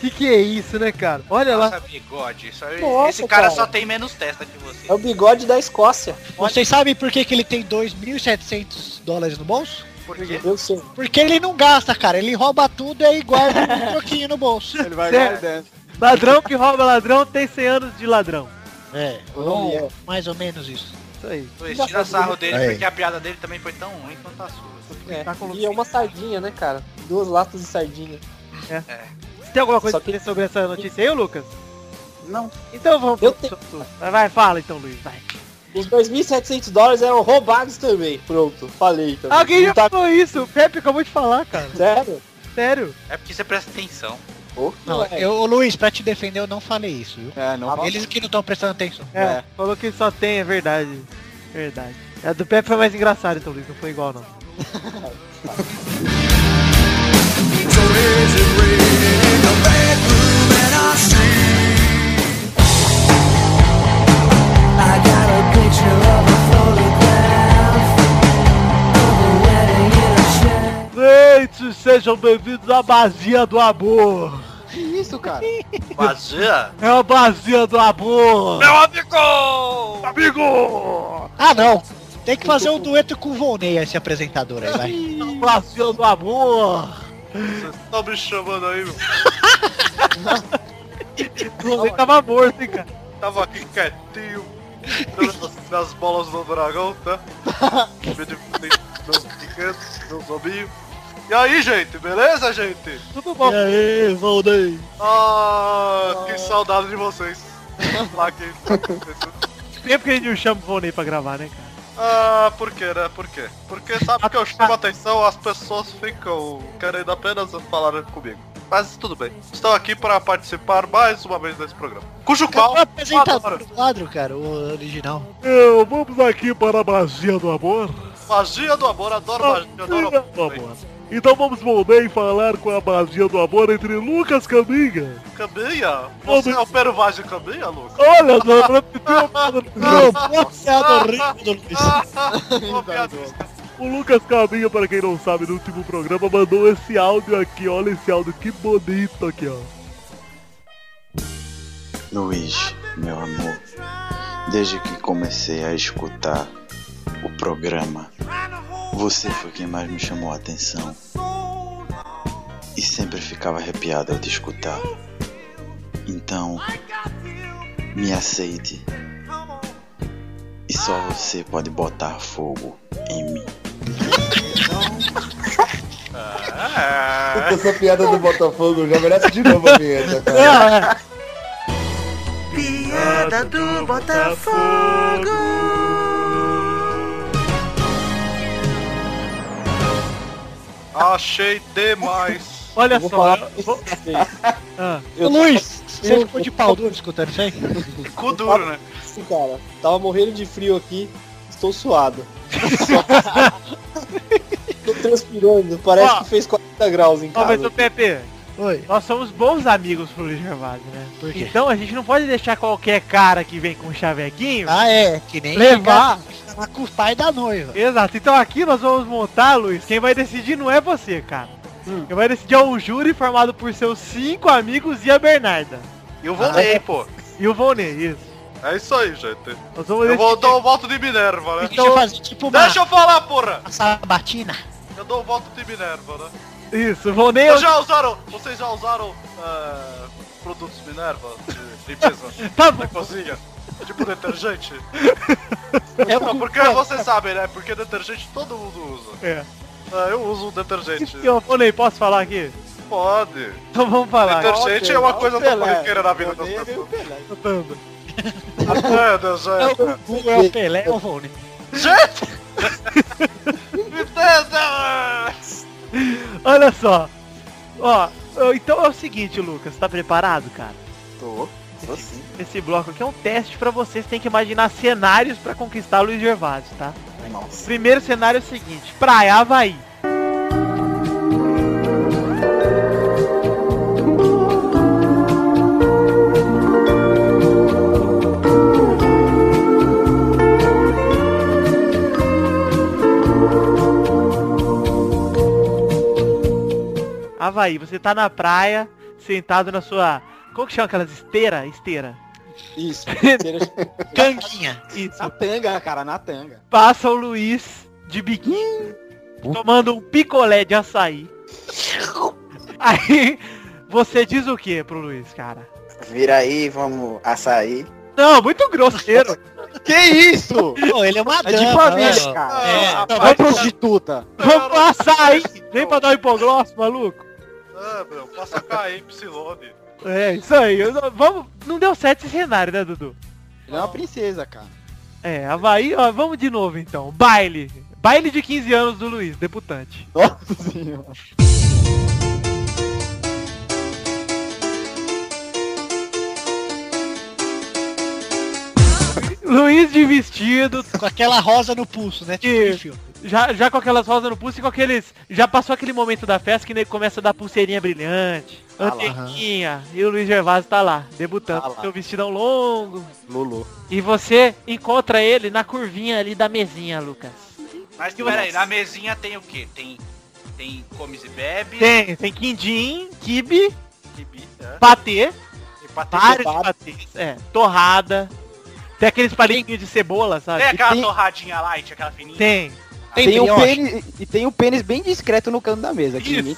Speaker 5: Que que é isso, né, cara? Olha lá.
Speaker 1: Nossa, bigode. Isso aí-
Speaker 9: Nossa,
Speaker 1: esse cara,
Speaker 9: cara.
Speaker 1: só tem menos testa que você.
Speaker 9: É o bigode da Escócia.
Speaker 3: Vocês sabem por que, que ele tem 2.700 dólares no bolso?
Speaker 1: Por quê?
Speaker 9: Eu sei.
Speaker 3: Porque ele não gasta, cara. Ele rouba tudo e aí guarda <laughs> um pouquinho no bolso.
Speaker 13: Ele vai
Speaker 5: Sério?
Speaker 13: guardando.
Speaker 5: Ladrão que rouba ladrão tem 100 anos de ladrão.
Speaker 3: É,
Speaker 13: Olha.
Speaker 3: mais ou menos isso.
Speaker 5: Isso aí.
Speaker 1: Luiz, tira sarro dele,
Speaker 3: Aí.
Speaker 1: porque a piada dele também foi tão ruim quanto a sua.
Speaker 9: É. E é uma sardinha, né, cara? Duas latas de sardinha.
Speaker 1: É.
Speaker 5: Você tem alguma coisa que... sobre essa notícia aí, ô, Lucas?
Speaker 8: Não.
Speaker 5: Então vamos
Speaker 9: Eu
Speaker 5: pro assunto. Vai, vai, fala então, Luiz, vai.
Speaker 9: Os 2.700 dólares eram roubados também. Pronto, falei também.
Speaker 5: Alguém já
Speaker 9: Não tá-
Speaker 5: falou isso, o Pepe acabou de falar, cara.
Speaker 9: Sério?
Speaker 5: Sério?
Speaker 1: É porque você presta atenção.
Speaker 9: é
Speaker 3: Não, É. eu, ô, Luiz, pra te defender, eu não falei isso, viu?
Speaker 13: É, não fala.
Speaker 3: Eles que não estão prestando atenção.
Speaker 5: É, falou que só tem, é verdade. É, Verdade. A do Pepe foi mais engraçada, então, Luiz, não foi igual, não. Sejam bem-vindos à Basia do Amor.
Speaker 13: Que isso, cara?
Speaker 12: Vazia?
Speaker 5: <laughs> É a Basia do Amor.
Speaker 12: Meu amigo! Amigo!
Speaker 3: Ah, não. Tem que fazer um dueto com o Volney, esse apresentador aí, <laughs> vai.
Speaker 5: Basia do Amor.
Speaker 12: Vocês estão me Tá chamando aí, meu.
Speaker 5: Você tava morto, hein, cara.
Speaker 12: Tava aqui quietinho. dando as- Nas bolas do dragão, tá? Me divertindo, meus brinquedos, meus hominhos. E aí, gente, beleza, gente?
Speaker 5: Tudo bom.
Speaker 3: aí, Volney?
Speaker 12: Ah, que saudade de vocês. Lá que- tá
Speaker 5: Tempo que a gente não chama o Vonei pra gravar, né, cara?
Speaker 12: Ah, por quê, né? Por quê? Porque sabe que eu chamo a atenção, as pessoas ficam querendo apenas falar comigo. Mas tudo bem. Estou aqui para participar mais uma vez desse programa. Cujo qual.
Speaker 3: O apresentador do quadro, cara, o original.
Speaker 5: Eu, É, vamos aqui para a Basia do Amor.
Speaker 12: Magia do amor, adoro magia, adoro amor.
Speaker 5: Então vamos voltar e falar com a Basia do Amor entre Lucas Caminha.
Speaker 12: Caminha? Você é o pervagem caminha, Lucas?
Speaker 5: Olha, não,
Speaker 3: piada
Speaker 5: <laughs>
Speaker 3: horrível do Luiz.
Speaker 5: O Lucas Caminha, para quem não sabe, no último programa mandou esse áudio aqui. Olha esse áudio, que bonito aqui, ó.
Speaker 14: Luiz, meu amor, desde que comecei a escutar o programa, você foi quem mais me chamou a atenção. E sempre ficava arrepiado ao te escutar. Então, me aceite. E só você pode botar fogo em mim.
Speaker 2: Puta, essa piada do Botafogo já merece de novo a vinheta, cara.
Speaker 7: Ah, Piada do Botafogo.
Speaker 12: Achei demais.
Speaker 5: Olha
Speaker 12: vou
Speaker 5: só.
Speaker 12: falar-
Speaker 5: eu vou- <laughs> Ah.
Speaker 9: Eu-
Speaker 3: Luiz, você
Speaker 9: eu-
Speaker 3: ficou de pau duro escutando isso aí?
Speaker 12: Cu duro, né?
Speaker 9: Sim, assim, cara. Tava morrendo de frio aqui. Estou suado. Tô transpirando. Parece
Speaker 5: Ó.
Speaker 9: que fez 40 graus em
Speaker 5: Ó,
Speaker 9: casa.
Speaker 5: mas ô Pepe, nós somos bons amigos pro Luiz Gervásio, né?
Speaker 3: Por quê?
Speaker 5: Então a gente não pode deixar qualquer cara que vem com um chavequinho
Speaker 3: Ah, é, que nem
Speaker 5: levar.
Speaker 3: Tá com o pai da noiva.
Speaker 5: Exato, então aqui nós vamos montar, Luiz, quem vai decidir não é você, cara.
Speaker 3: Hum.
Speaker 5: Quem vai decidir é um júri formado por seus cinco amigos e a Bernarda.
Speaker 12: E o Volney, pô.
Speaker 5: E o Volney, isso.
Speaker 12: É isso aí, gente.
Speaker 5: Nós vamos
Speaker 12: Eu vou
Speaker 5: decidir.
Speaker 12: dar o voto de Minerva, <laughs> né?
Speaker 3: Deixa eu fazer tipo uma,
Speaker 12: Deixa eu falar, porra!
Speaker 3: uma sabatina.
Speaker 12: Eu dou o voto de Minerva, né?
Speaker 5: Isso, o Volney é
Speaker 12: Vocês
Speaker 5: o...
Speaker 12: já usaram, vocês já usaram eh, produtos Minerva de <laughs> limpeza
Speaker 5: Tá
Speaker 12: na cozinha? Tipo <laughs> detergente?
Speaker 5: É
Speaker 12: Não,
Speaker 5: o-
Speaker 12: porque vocês sabem, né? Porque detergente todo mundo usa.
Speaker 5: É.
Speaker 12: Ah, eu uso um detergente.
Speaker 5: E, ô, Volney, posso falar aqui?
Speaker 12: Pode.
Speaker 5: Então vamos falar.
Speaker 12: Detergente é uma coisa tão corriqueira na vida das pessoas. Ah, Deus,
Speaker 3: então. É o
Speaker 12: gente.
Speaker 3: Gugu, é o Pelé, é o Volney.
Speaker 12: Gente! Me pesa!
Speaker 5: <laughs> Olha só. Ó, eu- então é o seguinte, Lucas, tá preparado, cara?
Speaker 8: Tô. Tô sim.
Speaker 5: Esse bloco aqui é um teste pra vocês, tem que imaginar cenários pra conquistar Luiz Gervásio, tá?
Speaker 8: Nossa.
Speaker 5: Primeiro cenário é o seguinte, Praia Havaí. Havaí, você tá na praia, sentado na sua. Como que chama aquelas esteira? Esteira.
Speaker 9: Isso.
Speaker 3: Canguinha.
Speaker 5: Isso.
Speaker 13: Na tanga, cara, na tanga.
Speaker 5: Passa o Luiz de biquinho, tomando um picolé de açaí. Aí você diz o que pro Luiz, cara?
Speaker 8: Vira aí, vamos açaí.
Speaker 5: Não, muito grosseiro.
Speaker 13: Que isso?
Speaker 3: Pô, ele é uma
Speaker 13: É de
Speaker 3: dama,
Speaker 13: família,
Speaker 3: né?
Speaker 1: Ah,
Speaker 13: cara.
Speaker 3: É,
Speaker 13: Não,
Speaker 3: não,
Speaker 13: não
Speaker 9: tá-
Speaker 3: vai-
Speaker 13: prostituta.
Speaker 5: Vamos pro açaí. Vem pra dar um hipogloss, maluco.
Speaker 12: Ah, meu, passa KY. Psilone.
Speaker 5: É, isso aí. Eu não- Vamos... Não deu certo esse cenário, né, Dudu?
Speaker 13: Ele é uma princesa, cara.
Speaker 5: É, Havaí, ó, vamos de novo então. Baile. Baile de 15 anos do Luiz, debutante.
Speaker 13: Nossa senhora.
Speaker 5: Luiz de vestido.
Speaker 3: Com aquela rosa no pulso, né? Tipo de filme.
Speaker 5: Já, já com aquelas rosas no pulso e com aqueles. Já passou aquele momento da festa que nem começa a dar pulseirinha brilhante,
Speaker 13: Ah lá.
Speaker 3: Tá
Speaker 5: anteninha, e o Luiz Gervásio tá lá, debutando,
Speaker 13: Ah
Speaker 5: com
Speaker 13: lá.
Speaker 5: seu vestidão longo.
Speaker 13: Lulu.
Speaker 5: E você encontra ele na curvinha ali da mesinha, Lucas.
Speaker 12: Mas peraí, na mesinha tem o quê? Tem
Speaker 1: tem comes e bebe.
Speaker 5: Tem, tem quindim, kibe,
Speaker 1: Kibi, tá?
Speaker 5: patê,
Speaker 1: Tem patê
Speaker 5: vários
Speaker 1: de pato.
Speaker 5: patês, é, torrada, tem aqueles palhinhos de cebola, sabe?
Speaker 1: Tem
Speaker 5: E
Speaker 1: aquela
Speaker 5: tem-
Speaker 1: torradinha light, aquela fininha.
Speaker 5: Tem.
Speaker 13: Tem, um
Speaker 5: brioche.
Speaker 13: pênis, e tem um pênis bem discreto no canto da mesa. Que ninguém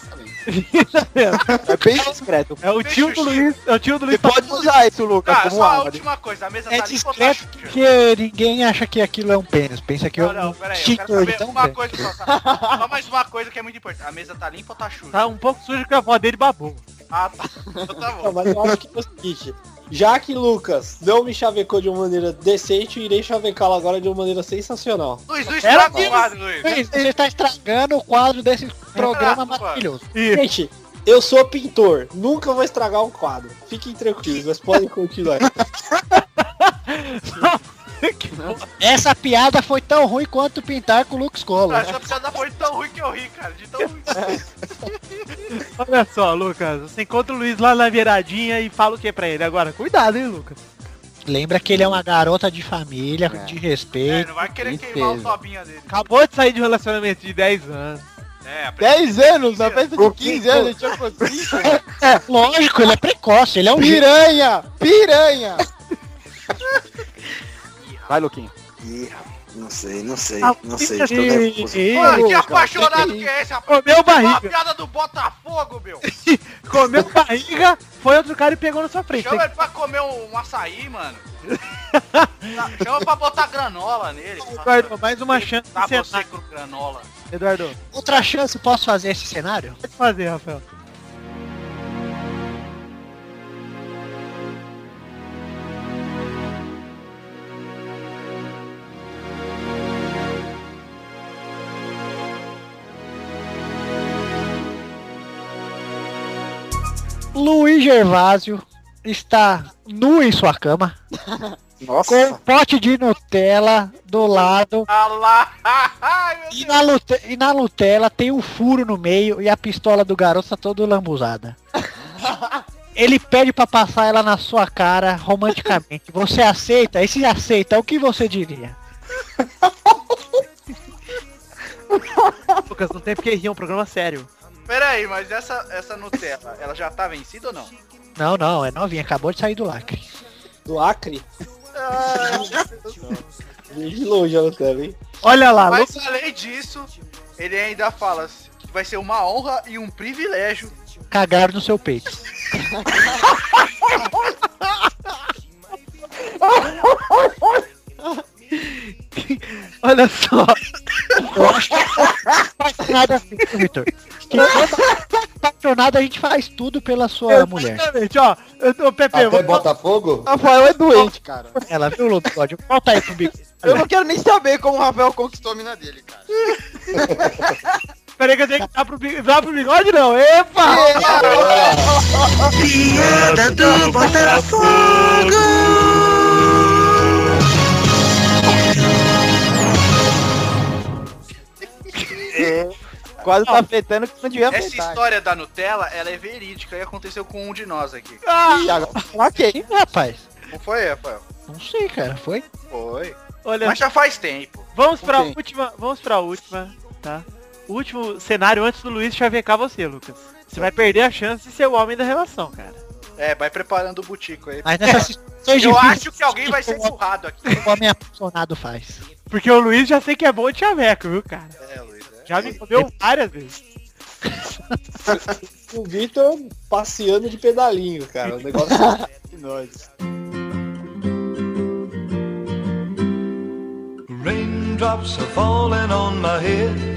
Speaker 13: tá vendo. é bem discreto.
Speaker 5: É o tio do Luiz. É o tio do
Speaker 13: Luiz. Você pode usar isso,
Speaker 9: Ah,
Speaker 13: Lucas,
Speaker 1: Cara,
Speaker 13: como
Speaker 1: só a
Speaker 13: arma.
Speaker 1: última coisa, a mesa
Speaker 3: É
Speaker 1: tá limpa ou tá
Speaker 3: discreto porque ninguém acha que aquilo é um pênis. Pensa que eu.
Speaker 1: Não, peraí, eu
Speaker 3: Chico,
Speaker 1: quero saber
Speaker 3: então,
Speaker 1: uma
Speaker 3: velho.
Speaker 1: coisa só, tá? Só mais uma coisa que é muito importante. A mesa tá limpa ou tá suja?
Speaker 5: Tá um pouco sujo que a avó dele babou.
Speaker 1: Ah, tá. Então tá bom.
Speaker 9: Não, mas eu acho que é o seguinte. Já que Lucas não me chavecou de uma maneira decente, eu irei chavecá-lo agora de uma maneira sensacional.
Speaker 1: Luiz, Luiz,
Speaker 3: Era
Speaker 1: estraga o quadro, Luiz.
Speaker 3: Luiz, você está estragando o quadro desse programa
Speaker 1: Estraga o quadro.
Speaker 3: maravilhoso.
Speaker 9: Gente, eu sou pintor, nunca vou estragar um quadro. Fiquem tranquilos, mas podem
Speaker 13: <laughs>
Speaker 9: continuar.
Speaker 3: Essa piada foi tão ruim quanto pintar com o Lux Cola.
Speaker 1: Essa piada foi tão ruim que eu ri, cara. De tão ruim.
Speaker 5: Olha só, Lucas, você encontra o Luiz lá na viradinha e fala o que pra ele agora? Cuidado, hein, Lucas.
Speaker 3: Lembra que ele é uma garota de família,
Speaker 1: É.
Speaker 3: de respeito.
Speaker 1: Vai querer queimar o tobinha dele.
Speaker 5: Acabou de sair de um relacionamento de 10 anos.
Speaker 1: É,
Speaker 13: 10 anos, na festa de 15 anos, eu
Speaker 9: <laughs>
Speaker 13: tinha conseguido.
Speaker 3: É, lógico, ele é precoce, ele é um
Speaker 13: Piranha! Piranha!
Speaker 8: Vai, Luquinho. Ih, rapaz, não sei, não sei,
Speaker 5: Ah,
Speaker 8: não sei,
Speaker 5: que-
Speaker 8: estou nervoso.
Speaker 5: Ih,
Speaker 1: Mano, que
Speaker 5: Lucas,
Speaker 1: apaixonado que é esse, rapaz?
Speaker 5: Comeu
Speaker 1: Uma
Speaker 5: barriga.
Speaker 1: piada do Botafogo, meu.
Speaker 5: Comeu barriga, foi outro cara e pegou na sua frente.
Speaker 1: Chama ele pra comer um, um açaí, mano. Tá, Chama pra botar granola nele.
Speaker 5: Eduardo, mais uma chance
Speaker 1: Dá
Speaker 5: de cenário.
Speaker 1: você com granola.
Speaker 5: Eduardo,
Speaker 3: Outra chance, posso fazer esse cenário?
Speaker 5: pode fazer, Rafael.
Speaker 3: Luiz Gervásio está Tá nu em sua cama, com um pote de Nutella do lado,
Speaker 1: Ah lá. <laughs>
Speaker 3: e na, Lute- e na Nutella tem um furo no meio e a pistola do garoto tá toda lambuzada. Ele pede pra passar ela na sua cara romanticamente. Você aceita? E se aceita, o que você diria?
Speaker 5: Lucas, não tem porque rir, é um programa sério.
Speaker 1: Pera aí, mas essa, essa Nutella, ela já tá vencida ou não?
Speaker 3: Não, não, é novinha, acabou de sair do lacre.
Speaker 9: Do Acre? Vem Ah, <laughs> de longe ela também.
Speaker 5: Olha lá,
Speaker 1: mas além disso, ele ainda fala assim, que vai ser uma honra e um privilégio.
Speaker 3: Cagaram no seu peito.
Speaker 5: Olha só.
Speaker 3: Eu acho que apaixonado é assim, viu, Vitor. Que quando apaixonado a gente faz tudo pela sua mulher.
Speaker 5: Exatamente, ó. Eu tô,
Speaker 8: É,
Speaker 5: Pepe,
Speaker 2: Até
Speaker 5: eu vou-
Speaker 2: Botafogo?
Speaker 13: Rafael é doente, cara.
Speaker 3: Ela viu, Lobisódio? Volta aí pro bico.
Speaker 13: Eu não quero nem saber como o Rafael conquistou a mina dele, cara.
Speaker 5: Peraí que eu tenho que dar pro, bi- dar pro bigode, não. Epa!
Speaker 12: Piada do Botafogo.
Speaker 13: Quase tá afetando que não
Speaker 5: É
Speaker 13: devia
Speaker 1: Essa
Speaker 13: afetar.
Speaker 1: história da Nutella, ela é verídica e aconteceu com um de nós aqui.
Speaker 13: E agora, pra quem?
Speaker 3: Rapaz,
Speaker 1: Não foi, Rafael?
Speaker 3: não sei, cara. Foi?
Speaker 1: Foi.
Speaker 5: Olha,
Speaker 1: Mas já faz tempo.
Speaker 5: vamos pra
Speaker 13: Ok.
Speaker 5: última, vamos pra última, tá? O último cenário antes do Luiz chavecar você, Lucas. Você vai perder a chance de ser o homem da relação, cara. É.
Speaker 1: É, vai preparando o butico aí.
Speaker 3: Mas é nessas situações
Speaker 1: Eu
Speaker 3: difíceis,
Speaker 1: acho que alguém vai ser empurrado aqui.
Speaker 3: o homem apaixonado faz.
Speaker 5: Porque o Luiz já sei que é bom de chaveco, viu, cara?
Speaker 1: É, Luiz. é.
Speaker 5: Já me comeu várias vezes.
Speaker 9: O Vitor passeando de pedalinho, cara. O negócio é de nós.
Speaker 15: Raindrops are falling on my head.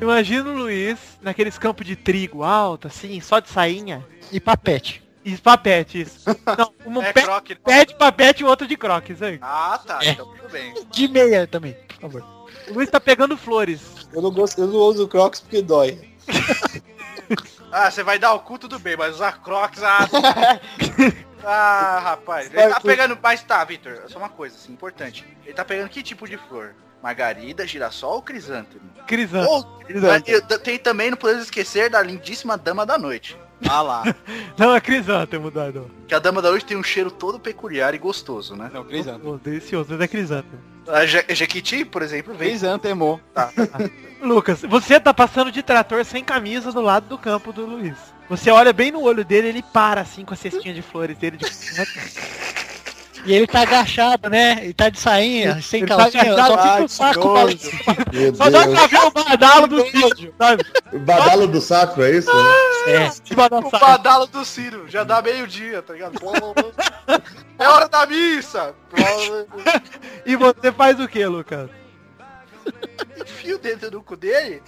Speaker 5: Imagina o Luiz naqueles campos de trigo alto, assim, só de sainha.
Speaker 3: E papete.
Speaker 5: E papete, isso. Não, um
Speaker 1: É
Speaker 5: pé,
Speaker 1: croque, não?
Speaker 5: pé de papete e o outro de croques, aí.
Speaker 1: Ah, tá.
Speaker 3: É.
Speaker 1: Então tudo bem.
Speaker 3: De meia também, por favor.
Speaker 5: O Luiz tá pegando flores.
Speaker 9: Eu não, gosto, eu não uso Crocs porque dói.
Speaker 1: Ah, você vai dar o cu, tudo bem, mas usar
Speaker 5: <laughs>
Speaker 1: crocs, ah... ah, rapaz. Ele
Speaker 9: Vai,
Speaker 1: tá
Speaker 9: Vitor.
Speaker 1: pegando... Mas tá, Vitor, só uma coisa, assim, importante. Ele tá pegando que tipo de flor? Margarida, girassol ou crisântemo?
Speaker 5: Crisando.
Speaker 1: Ou... Ah, e t- Tem também, não podemos esquecer, da lindíssima dama da noite. Ah lá.
Speaker 5: Não, é crisântemo, Dado.
Speaker 1: Que a dama da luz tem um cheiro todo peculiar e gostoso, né?
Speaker 5: Não, crisântemo. Delicioso, mas é crisântemo.
Speaker 1: A Je- Jequiti, por exemplo, vem.
Speaker 13: Crisântemo.
Speaker 1: Tá.
Speaker 5: Lucas, você tá passando de trator sem camisa do lado do campo do Luiz. Você olha bem no olho dele, ele para assim com a cestinha de flores dele. tipo, <laughs> De...
Speaker 3: E ele tá agachado, né? Ele tá de sainha, sem
Speaker 5: Ele tá
Speaker 3: calcinha.
Speaker 5: agachado,
Speaker 3: só
Speaker 5: ai,
Speaker 9: Ah,
Speaker 3: fica o
Speaker 5: que
Speaker 3: saco
Speaker 5: nojo.
Speaker 3: balançando.
Speaker 2: Meu
Speaker 5: Só dá pra
Speaker 2: Deus.
Speaker 5: ver o um badalo do vídeo, sabe?
Speaker 2: Badalo do saco, é isso?
Speaker 3: É.
Speaker 1: O badalo do Ciro, já dá meio-dia, tá
Speaker 3: <laughs>
Speaker 1: ligado? Blá, blá, blá. É hora da missa!
Speaker 5: E você faz o que, Lucas?
Speaker 1: Enfio dentro do cu
Speaker 3: <laughs>
Speaker 1: dele.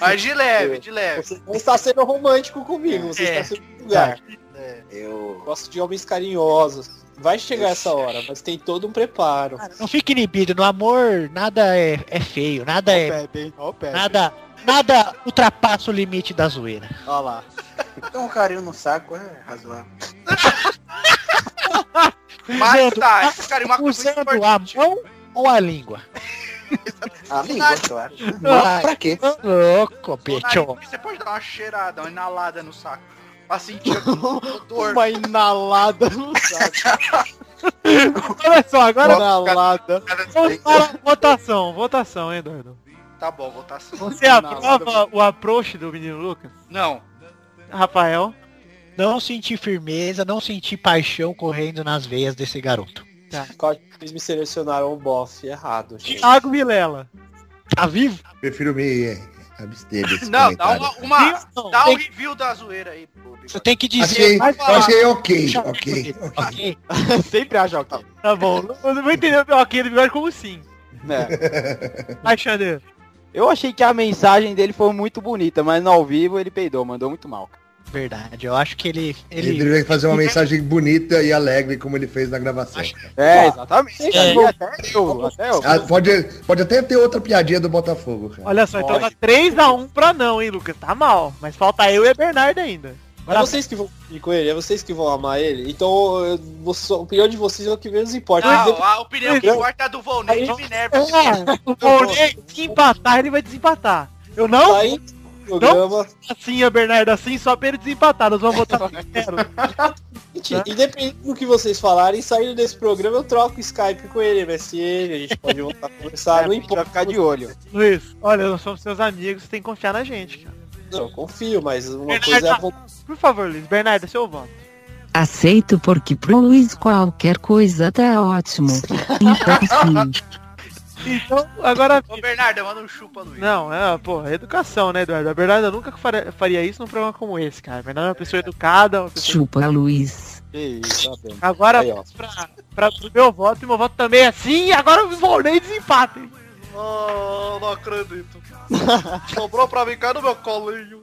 Speaker 1: Mas de leve, de leve.
Speaker 9: Você não está sendo romântico comigo, você
Speaker 1: É.
Speaker 9: está sendo vulgar.
Speaker 13: É.
Speaker 8: Eu
Speaker 9: gosto de homens carinhosos. Vai chegar essa hora, mas tem todo um preparo.
Speaker 3: Não fica inibido. No amor, nada é, é feio. Nada
Speaker 9: Ó o
Speaker 3: é...
Speaker 9: Pepe, hein? Ó o Pepe.
Speaker 3: Nada... Nada ultrapassa o limite da zoeira.
Speaker 8: Olha lá. Então um carinho no saco é razoável.
Speaker 1: Mas tá, esse cara é uma coisa
Speaker 3: Usando a mão ou a língua?
Speaker 8: Ah, língua, claro.
Speaker 3: Vai.
Speaker 8: Pra quê?
Speaker 3: Louco,
Speaker 1: Nariz,
Speaker 3: bicho.
Speaker 1: Você pode dar uma cheirada, uma inalada no saco. Pra sentir
Speaker 3: <laughs>
Speaker 1: o odor.
Speaker 7: Uma
Speaker 9: <laughs>
Speaker 7: inalada no saco.
Speaker 5: Olha só, agora.
Speaker 7: Inalada.
Speaker 5: Vamos para votação, votação, hein, Eduardo?
Speaker 1: Tá bom, votação.
Speaker 5: Você aprova o approach do menino Lucas?
Speaker 1: Não.
Speaker 5: Rafael?
Speaker 3: Não senti firmeza, não senti paixão correndo nas veias desse garoto.
Speaker 9: Eles me selecionaram o bofe errado. gente.
Speaker 13: Ah, <laughs>
Speaker 5: Thiago Vilela.
Speaker 3: Tá vivo?
Speaker 2: Prefiro me eh, abster desse
Speaker 1: Não, dá
Speaker 2: comentário.
Speaker 1: uma. uma-
Speaker 3: Não,
Speaker 1: dá um
Speaker 3: tem-
Speaker 1: review da zoeira aí, pô.
Speaker 3: Você tem que
Speaker 2: Achei,
Speaker 3: dizer.
Speaker 2: achei é ok, ok.
Speaker 3: ok.
Speaker 7: Sempre acha ok.
Speaker 5: Tá bom. Eu não vou entender o ok do Vilela como sim.
Speaker 9: É.
Speaker 5: Alexandre.
Speaker 13: Eu achei que a mensagem dele foi muito bonita, mas no ao vivo ele peidou, mandou muito mal.
Speaker 3: Verdade, eu acho que ele.
Speaker 2: Ele deveria fazer uma mensagem bonita e alegre, como ele fez na gravação.
Speaker 13: É, exatamente.
Speaker 3: É.
Speaker 13: Aí Até eu, até eu.
Speaker 2: Ah, pode, pode até ter outra piadinha do Botafogo, cara.
Speaker 5: Olha só, então
Speaker 2: Pode.
Speaker 5: tá 3x1 pra não, hein, Lucas? Tá mal. Mas falta eu e a Bernardo ainda.
Speaker 9: É vocês que vão ir com ele, é vocês que vão amar ele. Então, eu- você- a opinião de vocês é o que menos importa.
Speaker 13: Ah,
Speaker 1: Não, a opinião que importa é a do Volney de Minerva.
Speaker 5: É, o Volney, se empatar, ele vai desempatar. Eu não?
Speaker 9: Aí,
Speaker 5: não assim, a Bernardo, assim, só pra ele desempatar. Nós vamos votar zero.
Speaker 9: Gente,
Speaker 13: Ah.
Speaker 9: independente do que vocês falarem, saindo desse programa, eu troco o Skype com ele, MSN, a gente pode voltar a
Speaker 13: É,
Speaker 9: conversar, não importa.
Speaker 13: ficar de olho.
Speaker 5: Luiz, olha, nós somos seus amigos, você tem que confiar na gente, cara.
Speaker 9: Não, eu confio, mas uma
Speaker 5: Bernardo,
Speaker 9: coisa é a vo-
Speaker 5: por favor, Luiz. Bernardo, é seu voto.
Speaker 4: Aceito porque pro Luiz qualquer coisa tá ótimo. Então sim.
Speaker 5: Então, agora...
Speaker 1: Ô, Bernardo, manda um chupa, Luiz.
Speaker 5: Não, é, pô, é educação, né, Eduardo? A Bernardo eu nunca faria, faria isso num programa como esse, cara. A Bernardo é uma pessoa educada, uma pessoa...
Speaker 4: Chupa Luiz.
Speaker 5: Que isso, Agora,
Speaker 4: Aí, ó.
Speaker 5: vamos pra, pra, pro meu voto, e meu voto também é assim, e agora o Volney desempata, hein?
Speaker 3: É.
Speaker 1: Oh, não acredito. Sobrou pra mim cá no meu colinho.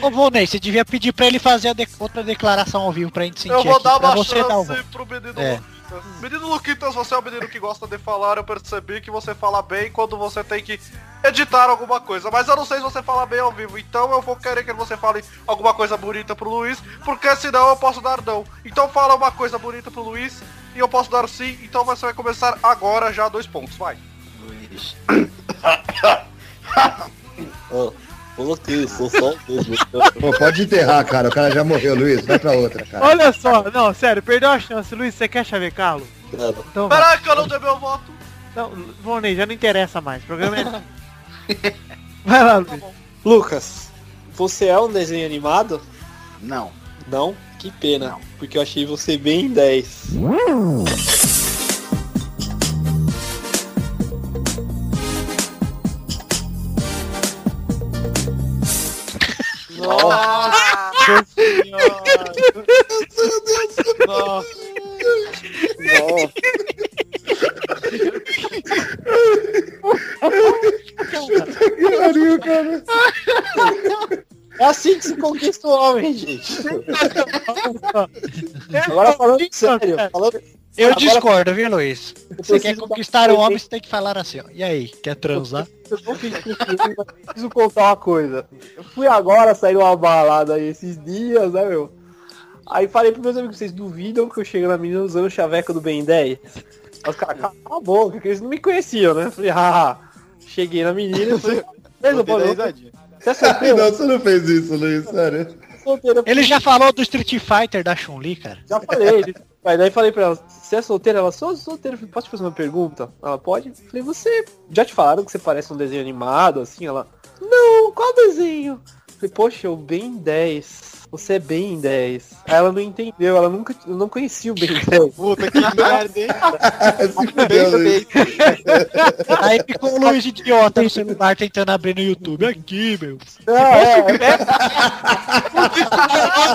Speaker 3: Ô, Volney, você devia pedir pra ele fazer a de- outra declaração ao vivo pra gente sentir.
Speaker 1: Eu vou
Speaker 3: aqui,
Speaker 1: dar
Speaker 3: pra
Speaker 1: uma
Speaker 3: você dar o
Speaker 1: chance pro
Speaker 3: voto.
Speaker 1: menino
Speaker 3: É.
Speaker 1: Luquitas. Menino Luquitas, você é um menino que gosta de falar. Eu percebi que você fala bem quando você tem que editar alguma coisa. Mas eu não sei se você fala bem ao vivo. Então eu vou querer que você fale alguma coisa bonita pro Luiz. Porque senão eu posso dar não. Então fala uma coisa bonita pro Luiz. E eu posso dar sim. Então você vai começar agora já dois pontos. Vai.
Speaker 9: Ô, ô, Luquinhas, sou só um mesmo.
Speaker 2: Pô, pode enterrar, cara. O cara já morreu, Luiz. Vai pra outra, cara.
Speaker 5: Olha só, não, sério, perdeu a chance. Luiz, você quer chavecá-lo? Então, vai.
Speaker 1: Caraca, eu não dei meu voto.
Speaker 5: Não, Volney, já não interessa mais. O programa é... Vai lá, Luiz.
Speaker 7: Tá
Speaker 9: Lucas, você é um desenho animado?
Speaker 8: Não.
Speaker 9: Não? Que pena, porque eu achei você bem 10.
Speaker 5: Nossa senhora!
Speaker 7: Nossa.
Speaker 2: Pariu, cara.
Speaker 9: É assim que se conquista o homem, gente. Agora falando sério, falando...
Speaker 3: Eu
Speaker 9: Agora-
Speaker 3: discordo, viu, Luiz? Você quer
Speaker 9: preciso dar-
Speaker 3: conquistar o homem, você tem que falar assim, ó. E aí, quer transar?
Speaker 9: um
Speaker 7: Eu não fiz confusão, mas preciso contar uma coisa. Eu fui agora sair uma balada aí esses dias, né, meu?
Speaker 9: Aí falei pros meus amigos, vocês duvidam que eu chego na menina usando o chaveco do Ben 10? Aí os caras, cala a boca,
Speaker 3: <laughs>
Speaker 9: porque eles não me conheciam, né? Falei, ah, cheguei na menina e falei, beleza,
Speaker 7: Botei
Speaker 9: pô,
Speaker 7: na
Speaker 9: não-
Speaker 7: risadinha.
Speaker 2: Você é <laughs> solteiro? não, você não fez isso, Luiz, sério.
Speaker 3: Ele já falou do Street Fighter da
Speaker 5: <laughs>
Speaker 3: Chun-Li, cara.
Speaker 7: Já falei, mas daí falei pra ela, você é solteira? Ela, sou solteira. Eu falei, posso te fazer uma pergunta? Ela, pode? Eu falei, você, já te falaram que você parece um desenho animado, assim? Ela, não, qual desenho? Eu falei, poxa, o Ben 10. Você é Ben 10. Aí Ela não entendeu, ela nunca, eu não conhecia o Ben
Speaker 3: <laughs>
Speaker 7: 10. Puta, que merda, hein?
Speaker 2: É assim
Speaker 3: Aí ficou o Luiz idiota no celular tentando abrir no YouTube. Aqui, meu.
Speaker 7: Não, é,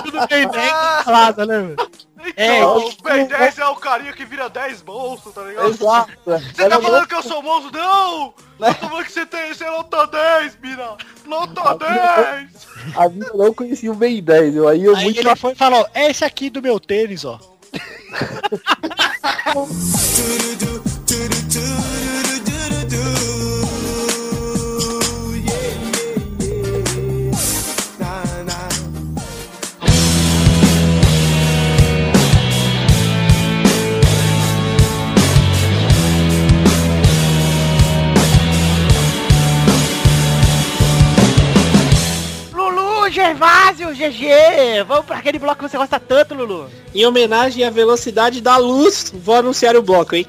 Speaker 3: Tudo bem, bem, falado, né, meu? É,
Speaker 1: Então, o Ben 10 é o carinha que vira 10 bolso, tá ligado?
Speaker 7: Exato.
Speaker 1: Você tá falando que eu sou monstro? Não! Eu tô falando que você tem, você é nota 10, mina! Nota 10!
Speaker 7: A minha não conhecia o Ben 10. Eu, aí eu
Speaker 3: <laughs> Aí ele foi e falou, é esse aqui do meu tênis, ó.
Speaker 5: Lulu, Gervásio, GG! Vamos pra aquele bloco que você gosta tanto, Lulu.
Speaker 9: Em homenagem à velocidade da luz, vou anunciar o bloco, hein?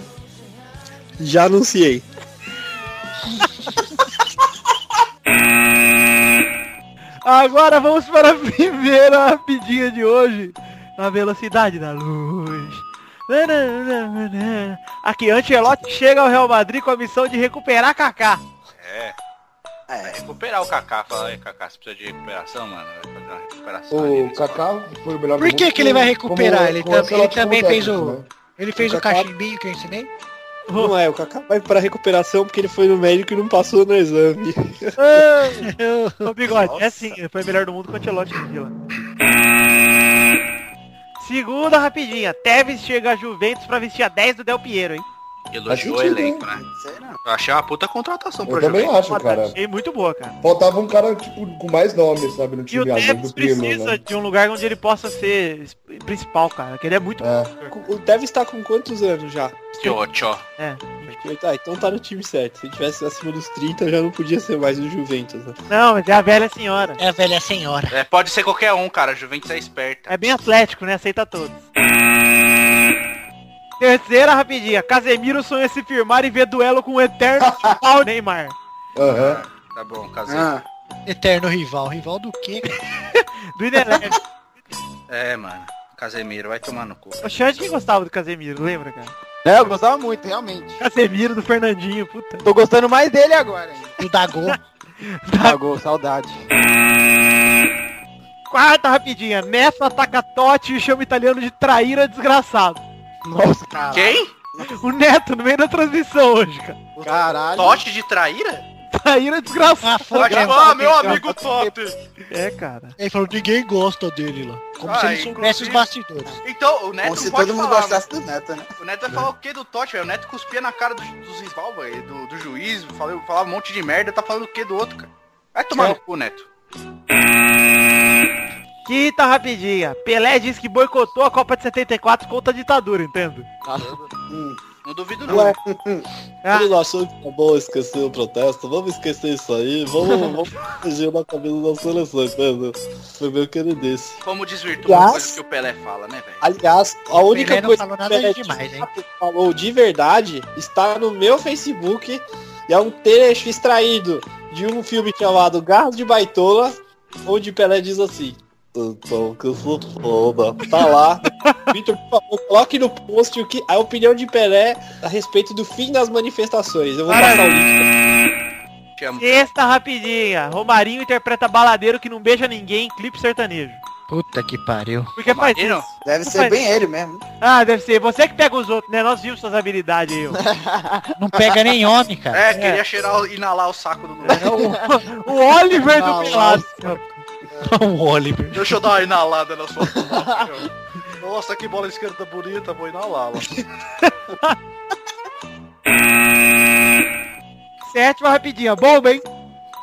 Speaker 9: Já anunciei.
Speaker 5: Agora vamos para a <laughs> primeira rapidinha de hoje. Na velocidade da luz. Aqui, Ancelotti chega ao Real Madrid com a missão de recuperar Kaká.
Speaker 1: É. É, recuperar o Kaká, fala aí, Kaká, você precisa de recuperação, mano? Vai fazer uma recuperação.
Speaker 2: O Kaká foi o melhor
Speaker 3: Por que que ele vai recuperar? Ele, tam- ele também fez o...
Speaker 2: né?
Speaker 3: Ele fez
Speaker 9: O
Speaker 3: o,
Speaker 9: Kaká-
Speaker 3: cachimbinho que eu ensinei?
Speaker 9: Não é, o Kaká vai pra recuperação porque ele foi no médico e não passou no exame.
Speaker 5: Ô bigode, é sim, foi o melhor do mundo com o Ancelotti de lá. Segunda rapidinha, Tevez chega a Juventus pra vestir a 10 do Del Piero, hein?
Speaker 1: Elogiou o
Speaker 2: Faz sentido,
Speaker 1: elenco, né? Eu achei uma puta contratação
Speaker 2: Eu
Speaker 1: pra
Speaker 2: também
Speaker 1: Juventus.
Speaker 2: acho, cara.
Speaker 5: Achei muito boa, cara.
Speaker 2: Faltava um cara, tipo, com mais nome, sabe, no
Speaker 5: E o
Speaker 2: time além
Speaker 5: Tevez
Speaker 2: do Pirlo,
Speaker 5: precisa
Speaker 2: né?
Speaker 5: de um lugar onde ele possa ser es- principal, cara, que ele é muito bom.
Speaker 9: O Dev
Speaker 7: tá
Speaker 9: está com quantos anos já?
Speaker 1: Que ótimo. ó.
Speaker 5: É.
Speaker 9: Tá, então tá no time certo. Se ele tivesse acima dos 30, já não podia ser mais do Juventus, né?
Speaker 5: Não, mas é a velha senhora.
Speaker 3: É a velha senhora.
Speaker 1: É, pode ser qualquer um, cara. Juventus é esperta.
Speaker 5: É bem atlético, né? Aceita todos. Terceira rapidinha, Casemiro sonha se firmar e ver duelo com o eterno rival Neymar.
Speaker 2: Aham.
Speaker 1: Tá bom, casei.
Speaker 13: Ah,
Speaker 3: Eterno rival. Rival do quê?
Speaker 5: Do Ineleve.
Speaker 1: É, mano. Casemiro, vai tomar no cu.
Speaker 5: O Xande que gostava do Casemiro, lembra, cara?
Speaker 13: É, eu gostava muito, realmente.
Speaker 5: Casemiro do Fernandinho, puta.
Speaker 13: Tô gostando mais dele agora. hein?
Speaker 3: Do
Speaker 13: <laughs>
Speaker 3: Dagol.
Speaker 13: Pagou, saudade.
Speaker 5: Quarta rapidinha, Nessa ataca Totti e chama o italiano de traíra desgraçado.
Speaker 13: Nossa,
Speaker 9: Ah,
Speaker 13: cara.
Speaker 1: Quem?
Speaker 5: O Neto no meio da transmissão hoje, cara.
Speaker 13: Caralho.
Speaker 1: Tote de traíra?
Speaker 5: Traíra desgraçada.
Speaker 1: Vai chamar meu amigo Tote.
Speaker 5: É, cara.
Speaker 3: Ele falou, ninguém gosta dele lá. Como
Speaker 1: Ah,
Speaker 3: se ele soubesse
Speaker 1: inclusive-
Speaker 3: os bastidores.
Speaker 1: Então, o Neto
Speaker 8: Como se
Speaker 1: não pode
Speaker 8: todo mundo
Speaker 1: falar,
Speaker 8: gostasse do Neto, né?
Speaker 1: né? O Neto vai falar o que do Totti, velho? O Neto cuspia na cara do, dos rival, velho. Do, do juiz, falava, falava um monte de merda. Tá falando o que do outro, cara? Vai tomar no cu, Neto.
Speaker 5: Quinta tá rapidinha, Pelé diz que boicotou a Copa de 74 contra a ditadura, entendo.
Speaker 1: Não duvido não.
Speaker 9: Ué,
Speaker 3: Ah.
Speaker 9: ele não achou que tá bom esquecer o protesto? Vamos esquecer isso aí,
Speaker 3: <laughs>
Speaker 9: vamos, vamos proteger na cabeça da seleção, entendeu? Foi meio que ele disse.
Speaker 1: Como desvirtua uma
Speaker 9: Yes.
Speaker 1: coisa que o Pelé fala, né, velho?
Speaker 9: Aliás, a única
Speaker 3: Pelé não
Speaker 9: coisa
Speaker 3: falou
Speaker 9: que
Speaker 3: nada
Speaker 9: o Pelé
Speaker 3: demais, hein?
Speaker 9: falou de verdade está no meu Facebook e é um trecho extraído de um filme chamado Garros de Baitola, onde Pelé diz assim. Então que eu sou foda. Tá
Speaker 13: <laughs>
Speaker 9: lá. Vitor, por favor, coloque no post o que, a opinião de Pelé a respeito do fim das manifestações. Eu vou passar o link.
Speaker 1: Te amo.
Speaker 5: Sexta rapidinha, Romarinho interpreta baladeiro que não beija ninguém em clipe sertanejo.
Speaker 3: Puta que pariu.
Speaker 5: Porque faz
Speaker 1: Romarinho?
Speaker 5: isso.
Speaker 8: Deve
Speaker 5: Não
Speaker 8: ser
Speaker 5: faz
Speaker 8: bem
Speaker 5: isso.
Speaker 8: ele mesmo.
Speaker 5: Ah, deve ser. Você que pega os outros, né? Nós vimos suas habilidades aí, ó.
Speaker 3: <laughs> Não pega nem homem, cara.
Speaker 1: É, queria cheirar, o- inalar o saco do Luiz.
Speaker 5: O, o Oliver do Pelado.
Speaker 3: um Oliver.
Speaker 1: <laughs> Deixa eu dar uma inalada na sua bola, meu. Nossa, que bola esquerda bonita, vou inalá-la.
Speaker 5: Sétima rapidinha, bomba, hein?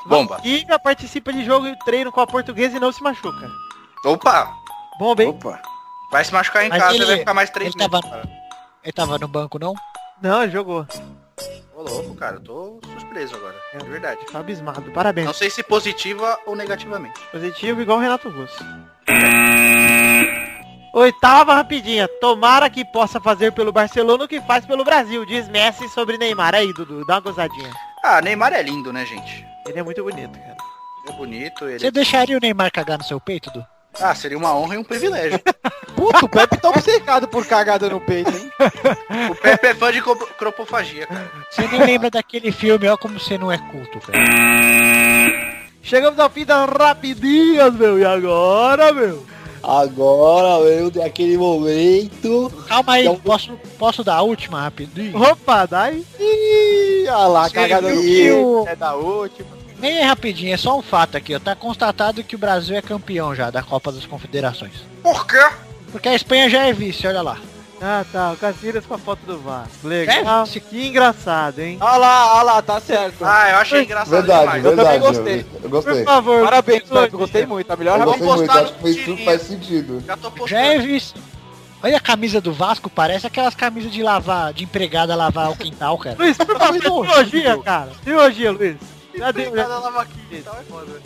Speaker 1: Bomba.
Speaker 5: Iga participa de jogo e treino com a portuguesa e não se machuca.
Speaker 1: Opa!
Speaker 5: Bomba, hein?
Speaker 8: Opa.
Speaker 1: Vai se machucar em
Speaker 3: Mas
Speaker 1: casa,
Speaker 3: ele-
Speaker 1: vai ficar mais três
Speaker 3: ele tava-
Speaker 1: meses, cara.
Speaker 3: Ele tava no banco, não?
Speaker 5: Não, jogou.
Speaker 1: Ô, Ô louco, cara, eu tô surpreso agora. De verdade.
Speaker 5: Tá abismado, parabéns.
Speaker 1: Não sei se positiva ou negativamente.
Speaker 5: Positivo igual o Renato Russo. Oitava rapidinha. Tomara que possa fazer pelo Barcelona o que faz pelo Brasil, diz Messi sobre Neymar. Aí, Dudu, dá uma gozadinha.
Speaker 1: Ah, Neymar é lindo, né, gente?
Speaker 5: Ele é muito bonito, cara.
Speaker 1: É bonito, ele.
Speaker 3: Você deixaria o Neymar cagar no seu peito, Dudu?
Speaker 1: Ah, seria uma honra e um privilégio.
Speaker 13: Puto, o Pepe tá obcecado por cagada no peito, hein?
Speaker 1: O Pepe é fã de cro- cropofagia, cara.
Speaker 3: Você nem lembra daquele filme, ó como você não é culto, cara.
Speaker 5: Chegamos ao fim das rapidinhas, meu. E agora, meu?
Speaker 9: Agora, meu, aquele momento.
Speaker 3: Calma aí, posso, posso dar a última rapidinho?
Speaker 5: Opa, dá aí.
Speaker 9: Ih, olha lá,
Speaker 3: Você
Speaker 9: cagada no
Speaker 3: viu
Speaker 9: peito.
Speaker 3: que o-
Speaker 9: É da última.
Speaker 3: Nem é rapidinho, é só um fato aqui, ó. Tá constatado que o Brasil é campeão já da Copa das Confederações.
Speaker 1: Por quê?
Speaker 3: Porque a Espanha já é vice, olha lá.
Speaker 5: Ah, tá. O Casillas com a foto do Vasco. Legal. Ah, Que engraçado, hein? Olha
Speaker 13: lá, olha lá, tá certo.
Speaker 1: Ah, eu achei engraçado
Speaker 2: Verdade,
Speaker 1: demais.
Speaker 2: verdade.
Speaker 13: também gostei.
Speaker 2: Eu, eu gostei.
Speaker 13: Por favor. Parabéns,
Speaker 2: Dudu.
Speaker 13: Pepe, gostei muito. A melhor
Speaker 2: Eu gostei
Speaker 13: rapidinha.
Speaker 2: muito, acho que isso faz sentido.
Speaker 3: Já é vice. Olha a camisa do Vasco, parece aquelas camisas de lavar, de empregada lavar o
Speaker 5: <laughs>
Speaker 3: quintal, cara.
Speaker 5: Luiz, por favor, trilogia, cara. Trilogia, Luiz. Já deu, já.
Speaker 1: tá?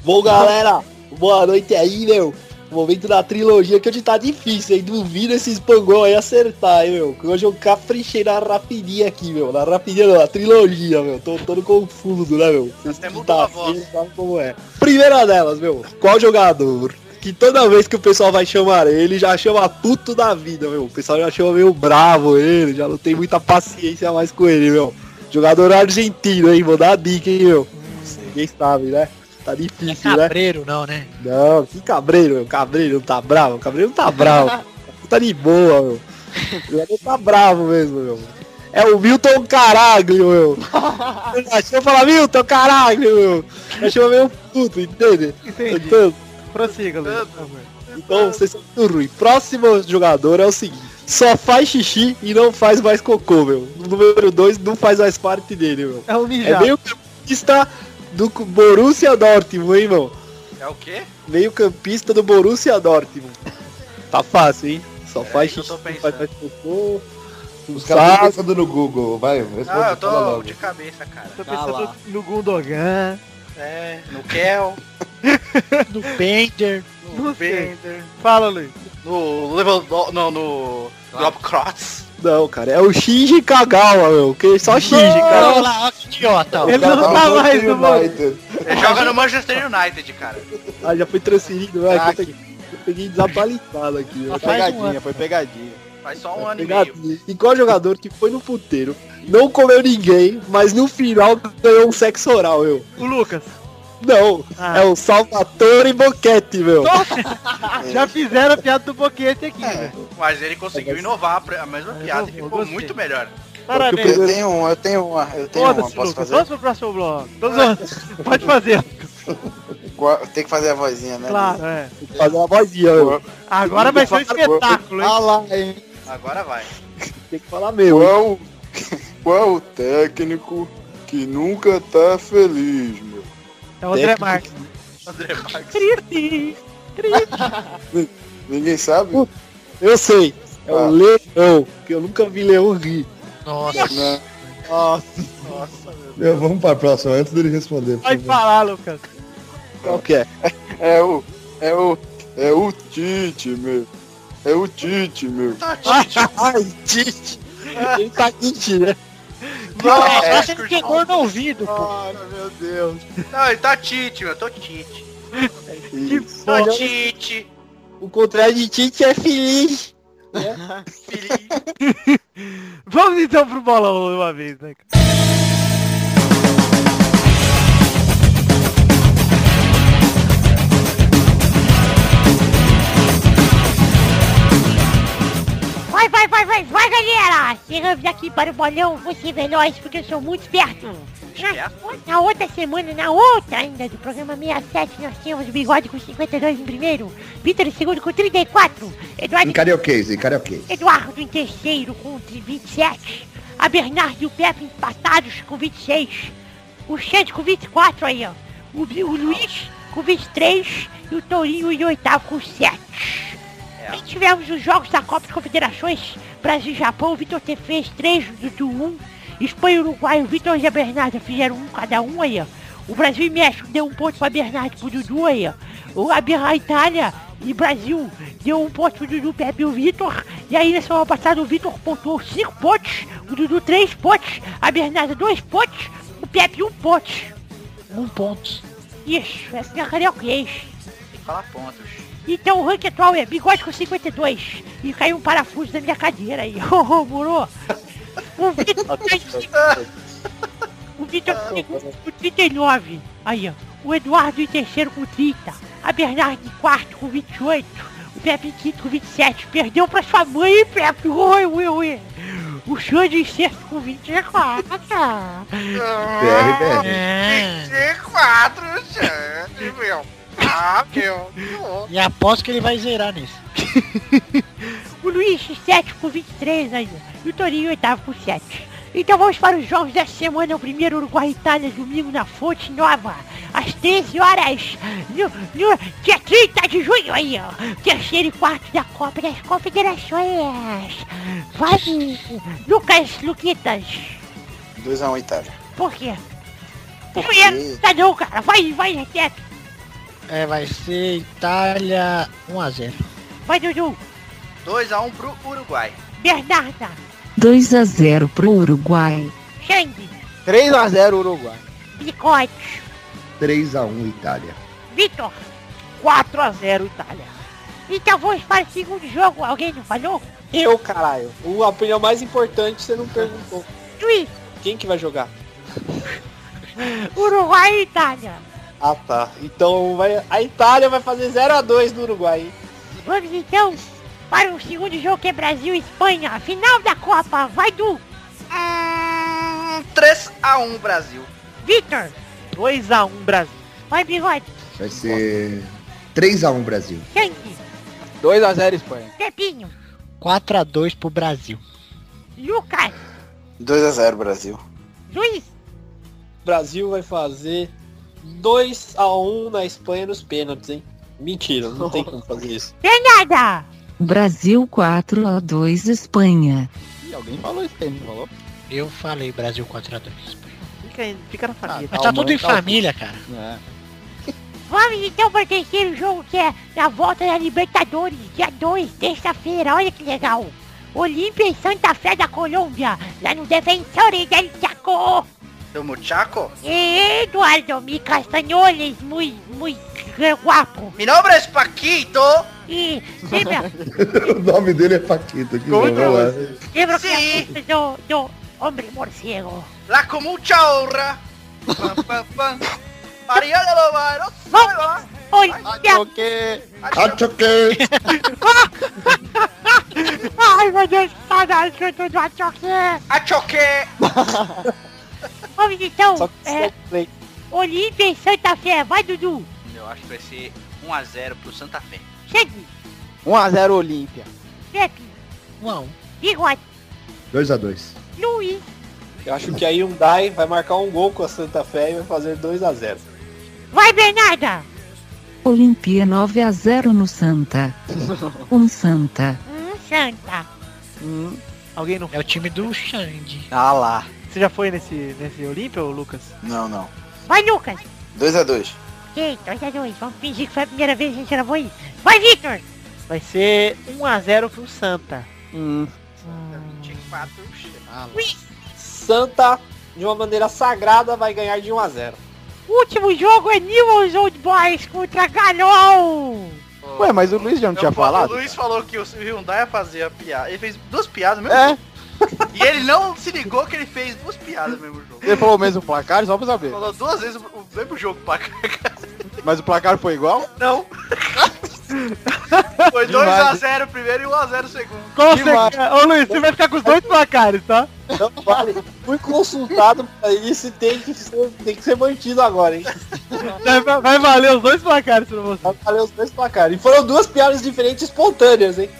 Speaker 9: Bom, galera, boa noite aí, meu. O momento da trilogia que hoje tá difícil, hein? Duvido esses pangol aí acertar, hein, meu. Que Hoje eu caprichei na rapidinha aqui, meu. Na rapidinha não, na trilogia, meu. Tô todo confuso, né, meu? Vocês que tá assim, sabe como é. Primeira delas, meu. Qual jogador que toda vez que o pessoal vai chamar ele, já chama puto da vida, meu. O pessoal já chama meio bravo ele, já não tem muita paciência mais com ele, meu. Jogador argentino, hein? Vou dar a dica, hein, meu. Ninguém sabe, né? Tá
Speaker 5: É,
Speaker 9: difícil, né?
Speaker 3: Cabreiro não, né?
Speaker 9: Não, que cabreiro, meu. Cabreiro não tá bravo. Cabreiro não tá bravo. tá de boa, meu. O jogador tá bravo mesmo, meu. É o Milton Caraglio, meu. Achei eu falar, Milton Caraglio, meu. Achei eu meio puto, entende?
Speaker 5: Entendi.
Speaker 9: Então,
Speaker 5: Prossiga, Luiz. por favor.
Speaker 9: então vocês são muito ruim. Próximo jogador é o seguinte. Só faz xixi e não faz mais cocô, meu. O número 2 não faz mais parte dele, meu.
Speaker 5: É o
Speaker 9: É meio campista do Borussia Dortmund, hein, meu.
Speaker 1: É o quê?
Speaker 9: Meio campista do Borussia Dortmund. Tá fácil, hein? Só faz xixi,
Speaker 1: tô
Speaker 9: não faz mais cocô. Não
Speaker 2: Os caras
Speaker 9: sabe.
Speaker 2: estão pensando no Google, vai, responde,
Speaker 1: Ah, eu
Speaker 2: fala
Speaker 1: tô
Speaker 2: logo.
Speaker 1: de cabeça, cara.
Speaker 5: Tô pensando no Gundogan.
Speaker 1: É, no Kel,
Speaker 3: No Painter.
Speaker 5: No
Speaker 1: no Bender,
Speaker 5: Fala, Luiz.
Speaker 1: no Levando... Não, no... Globcrots.
Speaker 9: Não, cara, é o Shinji Kagawa, meu. Que só Shinji,
Speaker 3: Olha
Speaker 9: cara.
Speaker 3: lá, ó, que idiota. ó.
Speaker 9: Ele não tá mais no United.
Speaker 1: Ele joga no Manchester United, cara.
Speaker 9: Ah, já foi transferido, vai.
Speaker 13: Craque.
Speaker 9: que Eu peguei- eu peguei desatualizado aqui. meu.
Speaker 13: Foi pegadinha, foi pegadinha.
Speaker 1: Faz só um ano e meio.
Speaker 9: Pegadinha. E qual assim. jogador que foi no puteiro, não comeu ninguém, mas no final ganhou um sexo oral, meu?
Speaker 5: O Lucas.
Speaker 9: Não,
Speaker 5: Ah.
Speaker 9: é o Salvatore Boquete, meu. É.
Speaker 5: Já fizeram a piada do boquete aqui. velho.
Speaker 1: Mas ele conseguiu inovar pra- a mesma piada e ficou muito melhor.
Speaker 5: Parabéns.
Speaker 8: Eu tenho uma, eu tenho uma, eu tenho uma,
Speaker 5: Foda-se,
Speaker 8: posso
Speaker 5: Lucas.
Speaker 8: fazer?
Speaker 5: Vamos pro próximo bloco.
Speaker 9: <laughs>
Speaker 5: Vamos- Pode fazer.
Speaker 9: Tá
Speaker 8: Qua- Tem que fazer a vozinha, né?
Speaker 5: Claro, é.
Speaker 9: Fazer uma vozinha, meu.
Speaker 5: Agora vai ser um espetáculo, hein?
Speaker 9: Ah lá, hein?
Speaker 1: Agora vai.
Speaker 9: Tem que falar Tá meu. hein?
Speaker 6: Qual, qual o técnico que nunca tá feliz, meu?
Speaker 5: É o André Marques.
Speaker 1: André Marques.
Speaker 5: Triste.
Speaker 6: Ninguém sabe?
Speaker 9: Eu sei. É o Leão, que eu nunca vi Leão rir.
Speaker 3: Nossa.
Speaker 6: Não.
Speaker 9: Nossa,
Speaker 2: Eu- vamos para a próxima, antes dele responder. por
Speaker 5: Pode
Speaker 2: favor.
Speaker 5: falar, Lucas.
Speaker 9: qual que é?
Speaker 6: É o. É o. É o Tite, meu. É o Tite, meu.
Speaker 1: Tá
Speaker 9: Ai, Tite. Ele tá Tite, né?
Speaker 1: Não,
Speaker 3: É,
Speaker 1: é,
Speaker 3: só se ele pegou no ouvido, pô.
Speaker 9: Ai, meu Deus.
Speaker 1: Não, ele tá Tite, meu. Tô Tite.
Speaker 5: Tipo-
Speaker 9: Que
Speaker 1: Tô
Speaker 9: porra.
Speaker 1: Tite.
Speaker 9: O contrário de Tite é feliz.
Speaker 1: Feliz.
Speaker 5: Vamos então pro bolão de uma vez, né? cara?
Speaker 16: Vai, vai, vai, vai, vai, galera! Chegamos aqui para o bolão, você veloz, porque eu sou muito esperto. Na, o- na outra semana, na outra ainda, do programa 67, nós tínhamos o Bigode com 52 em primeiro, Vitor em segundo com 34, Eduardo,
Speaker 2: Em karaokês, em karaokês.
Speaker 16: Eduardo em terceiro com 27, a Bernardo e o Pepe empatados com 26, o Xande com 24 aí, ó, o, Bi- o Luiz com 23 e o Tourinho em oitavo com 7. Aí tivemos os jogos da Copa das Confederações, Brasil e Japão, o Vitor T fez 3 do 1 Espanha e Uruguai, o Vitor e a Bernarda fizeram um cada um aí, ó. O Brasil e México deu um ponto pra Bernardo pro Dudu aí, ó. O- A Bia- a Itália e Brasil deu um ponto pro Dudu, Pepe e o Vitor. E aí na semana passada o Vitor pontuou 5 pontos, o Dudu 3 pontos, a Bernarda 2 pontos, o Pepe 1 um ponto.
Speaker 3: 1 um ponto.
Speaker 16: Isso, essa é a carioquês.
Speaker 1: Fala pontos.
Speaker 16: Então o rank atual é bigode com 52. E caiu um parafuso da minha cadeira aí. <laughs> Ô, ô, moro. O Vitor
Speaker 1: <laughs>
Speaker 16: O Vitor ficou com 39. Aí, ó. O Eduardo em terceiro com 30. A Bernardo em quarto com 28. O Pepe em quinto com 27. Perdeu pra sua mãe, hein, Pepe. Ui, ui, ui. O Xande em sexto com 24.
Speaker 2: BR.
Speaker 12: 24, gente, meu. Ah, meu.
Speaker 3: E aposto que ele vai zerar nisso.
Speaker 16: <laughs> O Luiz em sétimo com 23 ainda. E o Torinho em oitavo com 7. Então vamos para os jogos dessa semana. O primeiro Uruguai e Itália, domingo na Fonte Nova. Às 13 horas. No, no dia 30 de junho aí, ó. Terceiro e quarto da Copa das Confederações. Vai, Lucas Luquitas.
Speaker 8: 2x1 Itália.
Speaker 16: Por quê? Por quê? Tá não, cara. Vai, vai, Reteto.
Speaker 3: É, vai ser Itália 1x0.
Speaker 16: Vai, Dudu.
Speaker 1: 2x1 pro Uruguai.
Speaker 16: Bernarda.
Speaker 4: 2 a 0 pro Uruguai.
Speaker 16: Xande.
Speaker 13: 3x0 Uruguai.
Speaker 16: Bigode.
Speaker 2: 3x1 Itália.
Speaker 16: Vitor. 4x0 Itália. Então vamos para o segundo jogo. Alguém não falou?
Speaker 9: Eu, caralho. O opinião mais importante você não perguntou.
Speaker 16: Tui.
Speaker 9: Quem que vai jogar?
Speaker 16: Uruguai e Itália.
Speaker 9: Ah, tá. Então vai, a Itália vai fazer 0x2 no Uruguai, hein?
Speaker 16: Vamos então para o segundo jogo que é Brasil e Espanha. a Final da Copa. Vai, Du.
Speaker 1: 3x1 Brasil.
Speaker 16: Vitor.
Speaker 5: 2x1 Brasil.
Speaker 16: Vai, Bigode.
Speaker 2: Vai ser 3x1 Brasil. <laughs>
Speaker 16: Xande.
Speaker 13: 2x0 Espanha.
Speaker 16: Pepinho.
Speaker 3: 4x2 pro Brasil.
Speaker 16: Lucas.
Speaker 8: 2x0 Brasil.
Speaker 16: Luiz.
Speaker 9: O Brasil vai fazer 2x1 na Espanha nos pênaltis, hein? Mentira, não tem como fazer
Speaker 13: <laughs>
Speaker 9: isso.
Speaker 16: Bernarda.
Speaker 4: Brasil 4 a 2 Espanha.
Speaker 13: Ih, alguém falou isso aí, não falou?
Speaker 3: Eu falei Brasil 4x2.
Speaker 5: Fica, aí, fica na família.
Speaker 9: Ah,
Speaker 3: Mas tá tudo em família, cara.
Speaker 16: Vamos então para o terceiro jogo que é na volta da Libertadores, dia 2, terça-feira, olha que legal. Olímpia e Santa Fé da Colômbia, lá no Defensores del Chaco.
Speaker 1: Do Muchaco?
Speaker 16: Eduardo, mi castañoles, muy, muy guapo.
Speaker 1: Mi nombre es Paquito.
Speaker 16: E lembra,
Speaker 9: <laughs>
Speaker 2: o nome dele é Paquito. Que né? bom, vai lá.
Speaker 16: lembra que é a do, do homem morcego.
Speaker 1: La comucha honra. Pam, pam, pam. Maria de Lovairo.
Speaker 16: Vamos, Olímpia.
Speaker 2: Acho que...
Speaker 16: Ai, meu Deus, que saudade que eu tô do Achoque.
Speaker 1: Achoque.
Speaker 16: <laughs> Vamos então,
Speaker 9: Só que
Speaker 16: é,
Speaker 9: play.
Speaker 16: Olímpia e Santa Fé, vai Dudu.
Speaker 1: Eu acho que vai ser 1x0 pro Santa Fé.
Speaker 16: Chegue,
Speaker 13: 1x0 Olímpia.
Speaker 16: Pepe,
Speaker 3: 1x1.
Speaker 16: Bigode,
Speaker 2: 2x2.
Speaker 16: Luiz.
Speaker 9: Eu acho que a Hyundai vai marcar um gol com a Santa Fé e vai fazer 2x0.
Speaker 16: Vai, Bernarda!
Speaker 4: Olimpia 9 a 0 no Santa. Um Santa.
Speaker 16: Hum, Santa.
Speaker 5: Hum, alguém não.
Speaker 3: É o time do Xande.
Speaker 13: Ah lá.
Speaker 5: Você já foi nesse, nesse Olímpia, ô, Lucas?
Speaker 8: Não, não.
Speaker 16: Vai, Lucas.
Speaker 8: 2x2.
Speaker 16: Ok, 2 a 2. Vamos fingir que foi a primeira vez que a gente gravou isso. Vai, Victor.
Speaker 5: Vai ser 1x0 pro Santa.
Speaker 13: Hum.
Speaker 1: 24.
Speaker 16: Luiz.
Speaker 9: Santa, de uma maneira sagrada, vai ganhar de 1x0.
Speaker 16: Último jogo é Newell's Old Boys contra Galol.
Speaker 13: Ué, mas o Luiz já não tinha falado?
Speaker 1: O Luiz falou que o Hyundai ia fazer a piada. Ele fez duas piadas mesmo.
Speaker 13: É,
Speaker 1: E ele não se ligou que ele fez duas piadas no mesmo jogo.
Speaker 13: ele falou o mesmo placar, só pra saber.
Speaker 1: Falou duas vezes o- o mesmo jogo pra cá.
Speaker 13: Mas o placar foi igual? <laughs>
Speaker 1: Não. Foi
Speaker 13: Demais.
Speaker 1: 2x0 primeiro e 1x0 segundo.
Speaker 5: Qual
Speaker 13: Que
Speaker 5: você...
Speaker 13: mais?
Speaker 5: Ô Luiz, você vai ficar com os dois placares, tá?
Speaker 9: Então vale. Fui consultado pra isso e tem que ser, tem que ser mantido agora, hein?
Speaker 5: Vai, vai valer os dois placares pra você.
Speaker 9: Vai valer os dois placares. E foram duas piadas diferentes espontâneas, hein?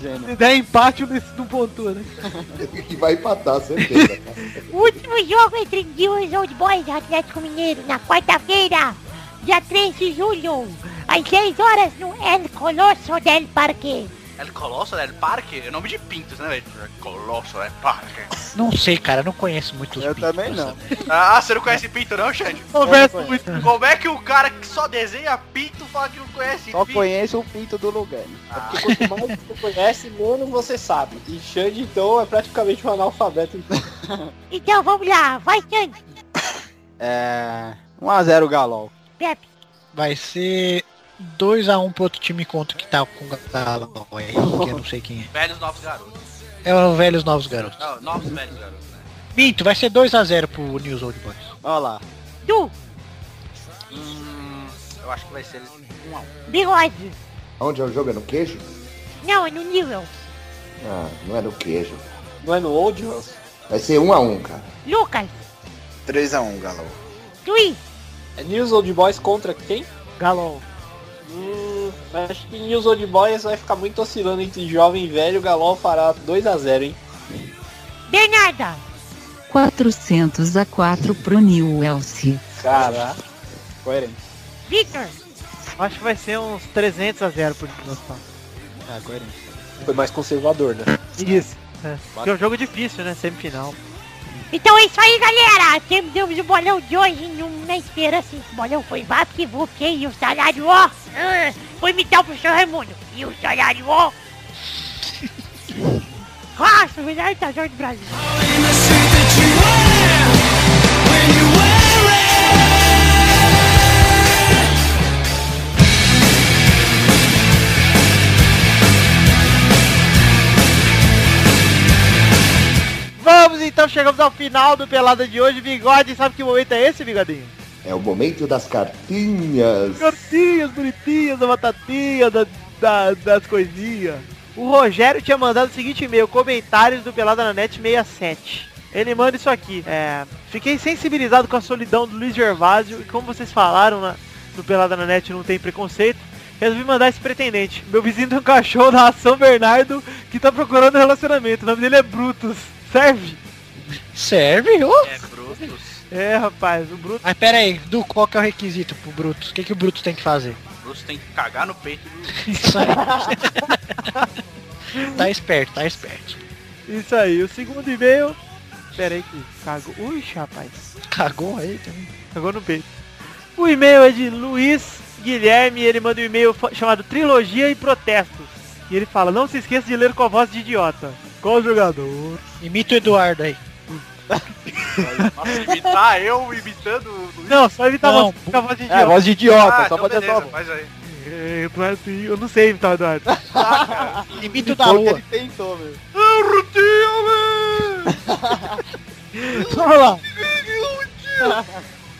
Speaker 5: Se der empate, o Luiz não pontua, né?
Speaker 2: Que vai empatar, certeza.
Speaker 16: Último jogo entre Newell's Old Boys e Atlético Mineiro na quarta-feira, dia 3 de julho, às 6 horas no El Colosso del Parque.
Speaker 1: El Colosso El Parque? É nome de pintos, né, velho? El Colosso El Parque.
Speaker 3: Não sei, cara, eu não conheço muito os Eu também não.
Speaker 1: Ah, você não conhece pinto não, Xande?
Speaker 3: Converso
Speaker 1: muito. Como é que o cara que só desenha pinto fala que não conhece
Speaker 13: Só
Speaker 1: pinto?
Speaker 13: conheço o pinto do lugar.
Speaker 1: Ah.
Speaker 9: É
Speaker 7: Porque quanto mais você conhece, menos você sabe. E Xande, então, é praticamente um analfabeto.
Speaker 16: <laughs> Então vamos lá, vai Sandy.
Speaker 13: É. 1x0 Galol.
Speaker 16: Pepe,
Speaker 3: Vai ser 2x1 pro outro time contra que tá com o Galo aí, que eu não sei quem é.
Speaker 1: Velhos novos garotos.
Speaker 3: É o Velhos Novos Garotos.
Speaker 1: Não, novos velhos garotos. né?
Speaker 3: Minto, vai ser 2x0 pro News Old Boys.
Speaker 13: Olha lá.
Speaker 16: Du,
Speaker 1: Hum, eu acho que vai ser um a um.
Speaker 16: bigode.
Speaker 2: <laughs> Onde é o jogo? É no queijo?
Speaker 16: Não, é no nível.
Speaker 2: Ah, não é no queijo.
Speaker 7: Não é no Old House?
Speaker 2: Vai ser um a um, cara.
Speaker 16: Lucas,
Speaker 8: 3x1, Galo.
Speaker 16: Luiz,
Speaker 7: É News Old Boys contra quem?
Speaker 5: Galol.
Speaker 7: Hum, acho que News Old Boys vai ficar muito oscilando entre jovem e velho. O Galol fará 2x0, hein?
Speaker 16: Bernarda,
Speaker 4: 400 a 4 pro New Elsie.
Speaker 7: Caraca. Coerente.
Speaker 16: Victor,
Speaker 5: Acho que vai ser uns 300 a 0 por noção.
Speaker 13: Ah, coerente.
Speaker 7: Foi mais conservador, né?
Speaker 5: Isso. É. Porque é um jogo difícil, né? Semifinal.
Speaker 16: Então é isso aí, galera. Temos temos o bolão de hoje num- na esperança. Esse bolão foi vapo que voquei e o salário, ó. ah, Vou imitar o professor Raimundo. E o salário,
Speaker 3: <laughs>
Speaker 16: ó. Nossa, o melhor jogo do Brasil.
Speaker 5: Vamos então, chegamos ao final do Pelada de hoje. Bigode, sabe que momento é esse, bigodinho?
Speaker 2: É o momento das cartinhas.
Speaker 5: Gatinhas bonitinhas, da batatinha, da, da- das coisinhas. O Rogério tinha mandado o seguinte e-mail, comentários do Pelada na Net 67. Ele manda isso aqui. É, Fiquei sensibilizado com a solidão do Luiz Gervásio e como vocês falaram na, no Pelada na Net não tem preconceito, resolvi mandar esse pretendente. Meu vizinho tem um cachorro da São Bernardo que tá procurando relacionamento. O nome dele é Brutus. Serve?
Speaker 3: Serve, ô?
Speaker 1: É Brutus.
Speaker 5: É, rapaz, o Brutus.
Speaker 3: Mas pera aí, Du, qual que é o requisito pro Brutus? O que, que o Brutus tem que fazer?
Speaker 1: Brutus tem que cagar no peito.
Speaker 3: Isso aí. tá esperto, tá esperto.
Speaker 5: Isso aí, o segundo e-mail. Pera aí que cagou. Ui, rapaz.
Speaker 3: Cagou aí também.
Speaker 5: Cagou no peito. O e-mail é de Luiz Guilherme, ele manda um e-mail fa- chamado Trilogia e Protestos. E ele fala, não se esqueça de ler com a voz de idiota. Qual jogador?
Speaker 3: um- Imita o Eduardo aí.
Speaker 1: Nossa, imitar eu imitando o Luiz.
Speaker 5: Não, só evitar
Speaker 3: Não,
Speaker 5: voz, com a voz de
Speaker 13: É,
Speaker 5: idiota.
Speaker 13: voz de idiota,
Speaker 9: tá
Speaker 1: Ah,
Speaker 13: só
Speaker 1: então
Speaker 13: pra tentar.
Speaker 1: beleza, faz aí.
Speaker 5: É, Eduardo, eu não sei imitar o <laughs> Eduardo.
Speaker 3: Imita o da lua.
Speaker 13: tentou, meu.
Speaker 5: Vamos lá.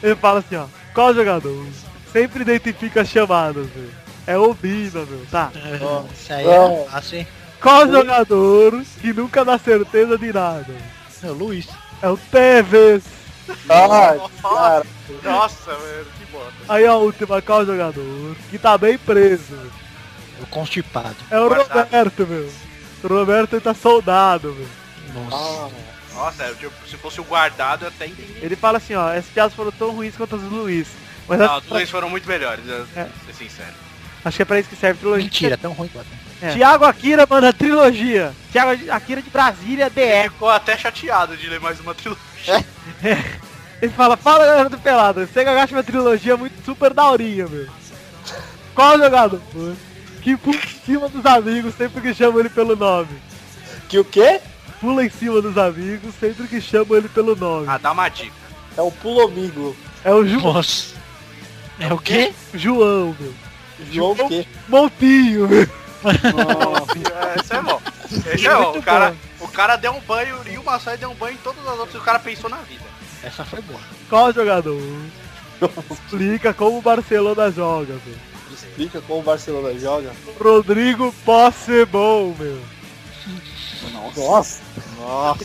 Speaker 5: Ele fala assim, ó. Qual jogador? Sempre identifica as chamadas, meu. É ouvido, meu. Tá.
Speaker 3: Ah, Isso aí
Speaker 5: Não.
Speaker 3: é fácil, hein?
Speaker 5: Qual jogador que nunca dá certeza de nada?
Speaker 3: É o Luiz.
Speaker 5: É o Tevez.
Speaker 9: Ah,
Speaker 1: Nossa, Nossa, velho, que bota.
Speaker 5: Aí a última, qual jogador que tá bem preso?
Speaker 3: O constipado.
Speaker 5: É o
Speaker 1: Guardado.
Speaker 5: Roberto, meu. O Roberto tá soldado, meu.
Speaker 3: Nossa.
Speaker 1: Nossa, eu, tipo, se fosse o guardado eu até entendi.
Speaker 5: Ele fala assim, ó, essas piadas foram tão ruins quanto as do Luiz. Mas
Speaker 1: Não, os
Speaker 5: acho,
Speaker 1: dois foram muito melhores, eu,
Speaker 5: É.
Speaker 1: ser sincero.
Speaker 5: acho que é pra isso que serve a trilogia.
Speaker 3: Mentira, tão ruim quanto.
Speaker 5: É. Tiago Akira manda trilogia. Tiago Akira de Brasília, DR.
Speaker 1: Ficou até chateado de ler mais uma trilogia.
Speaker 5: Ele fala, fala galera do Pelado, você que acha uma trilogia muito super daurinha, meu. Qual jogador que pula em cima dos amigos sempre que chamam ele pelo nome?
Speaker 7: Que o quê?
Speaker 5: Pula em cima dos amigos sempre que chamam ele pelo nome.
Speaker 1: Ah, dá uma dica.
Speaker 7: É o Pulomigo.
Speaker 5: É o Ju
Speaker 3: Nossa. É o quê?
Speaker 5: João, meu.
Speaker 7: João o quê?
Speaker 5: Montinho, meu.
Speaker 1: É, Isso é bom. Isso é bom. O cara, o cara deu um banho e uma só e deu um banho em todas as outras e o cara pensou na vida.
Speaker 3: Essa foi boa.
Speaker 5: Qual jogador? Explica como o Barcelona joga, meu.
Speaker 7: Explica como o Barcelona joga.
Speaker 5: Rodrigo Possebon, meu.
Speaker 13: Nossa. Nossa.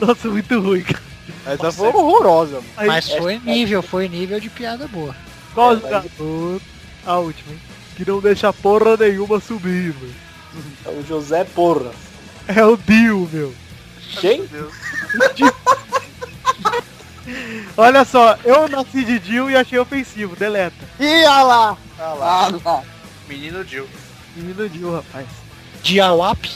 Speaker 5: Nossa, muito ruim, cara.
Speaker 13: Essa foi horrorosa, mano.
Speaker 5: Aí,
Speaker 3: Mas foi nível, foi nível de piada boa.
Speaker 5: Qual jogador? A última, hein? Que não deixa porra nenhuma subir, meu.
Speaker 7: É o José Porra.
Speaker 5: É o Dio, meu.
Speaker 7: Quem?
Speaker 5: Olha só, eu nasci de Dio e achei ofensivo, deleta.
Speaker 13: Ih, olha lá.
Speaker 7: Ah lá.
Speaker 1: Menino Gil.
Speaker 5: Menino Dio, rapaz.
Speaker 3: Diawap.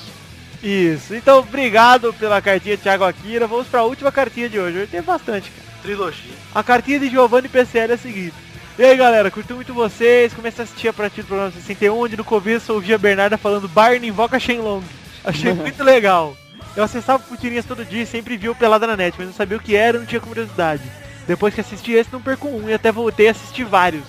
Speaker 5: Isso. Então, obrigado pela cartinha, Thiago Akira. Vamos pra última cartinha de hoje. Hoje tem bastante, cara.
Speaker 1: Trilogia.
Speaker 5: A cartinha de Giovanni PCL é a seguinte. E aí galera, curto muito vocês, comecei a assistir a partir do programa 61, onde no começo eu ouvia a Bernarda falando Barney invoca Shenlong. Achei muito legal. Eu acessava Futirinhas todo dia e sempre via o Pelada na net, mas não sabia o que era e não tinha curiosidade. Depois que assisti esse, não perco um e até voltei a assistir vários.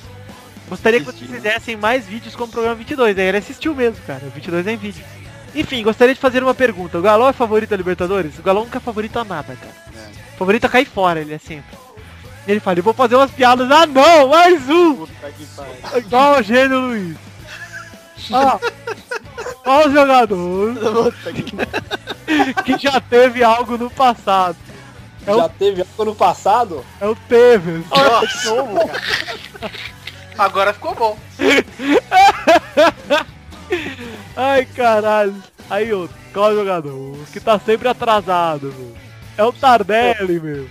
Speaker 5: Gostaria que vocês fizessem mais vídeos como o programa 22, aí ele assistiu mesmo, cara. O 22 é em vídeo. Enfim, gostaria de fazer uma pergunta. O Galão é favorito a Libertadores? O Galão nunca é favorito a nada, cara. Favorito a cair fora, ele é sempre. Ele fala, eu vou fazer umas piadas. Ah não, mais um! Igual o gênio Luiz. Ah, qual jogador <laughs> que já teve algo no passado?
Speaker 9: Já teve algo no passado?
Speaker 5: É o teve.
Speaker 1: Nossa. Agora ficou bom.
Speaker 5: Ai caralho. Aí outro, qual jogador que tá sempre atrasado, meu? É o Tardelli, meu.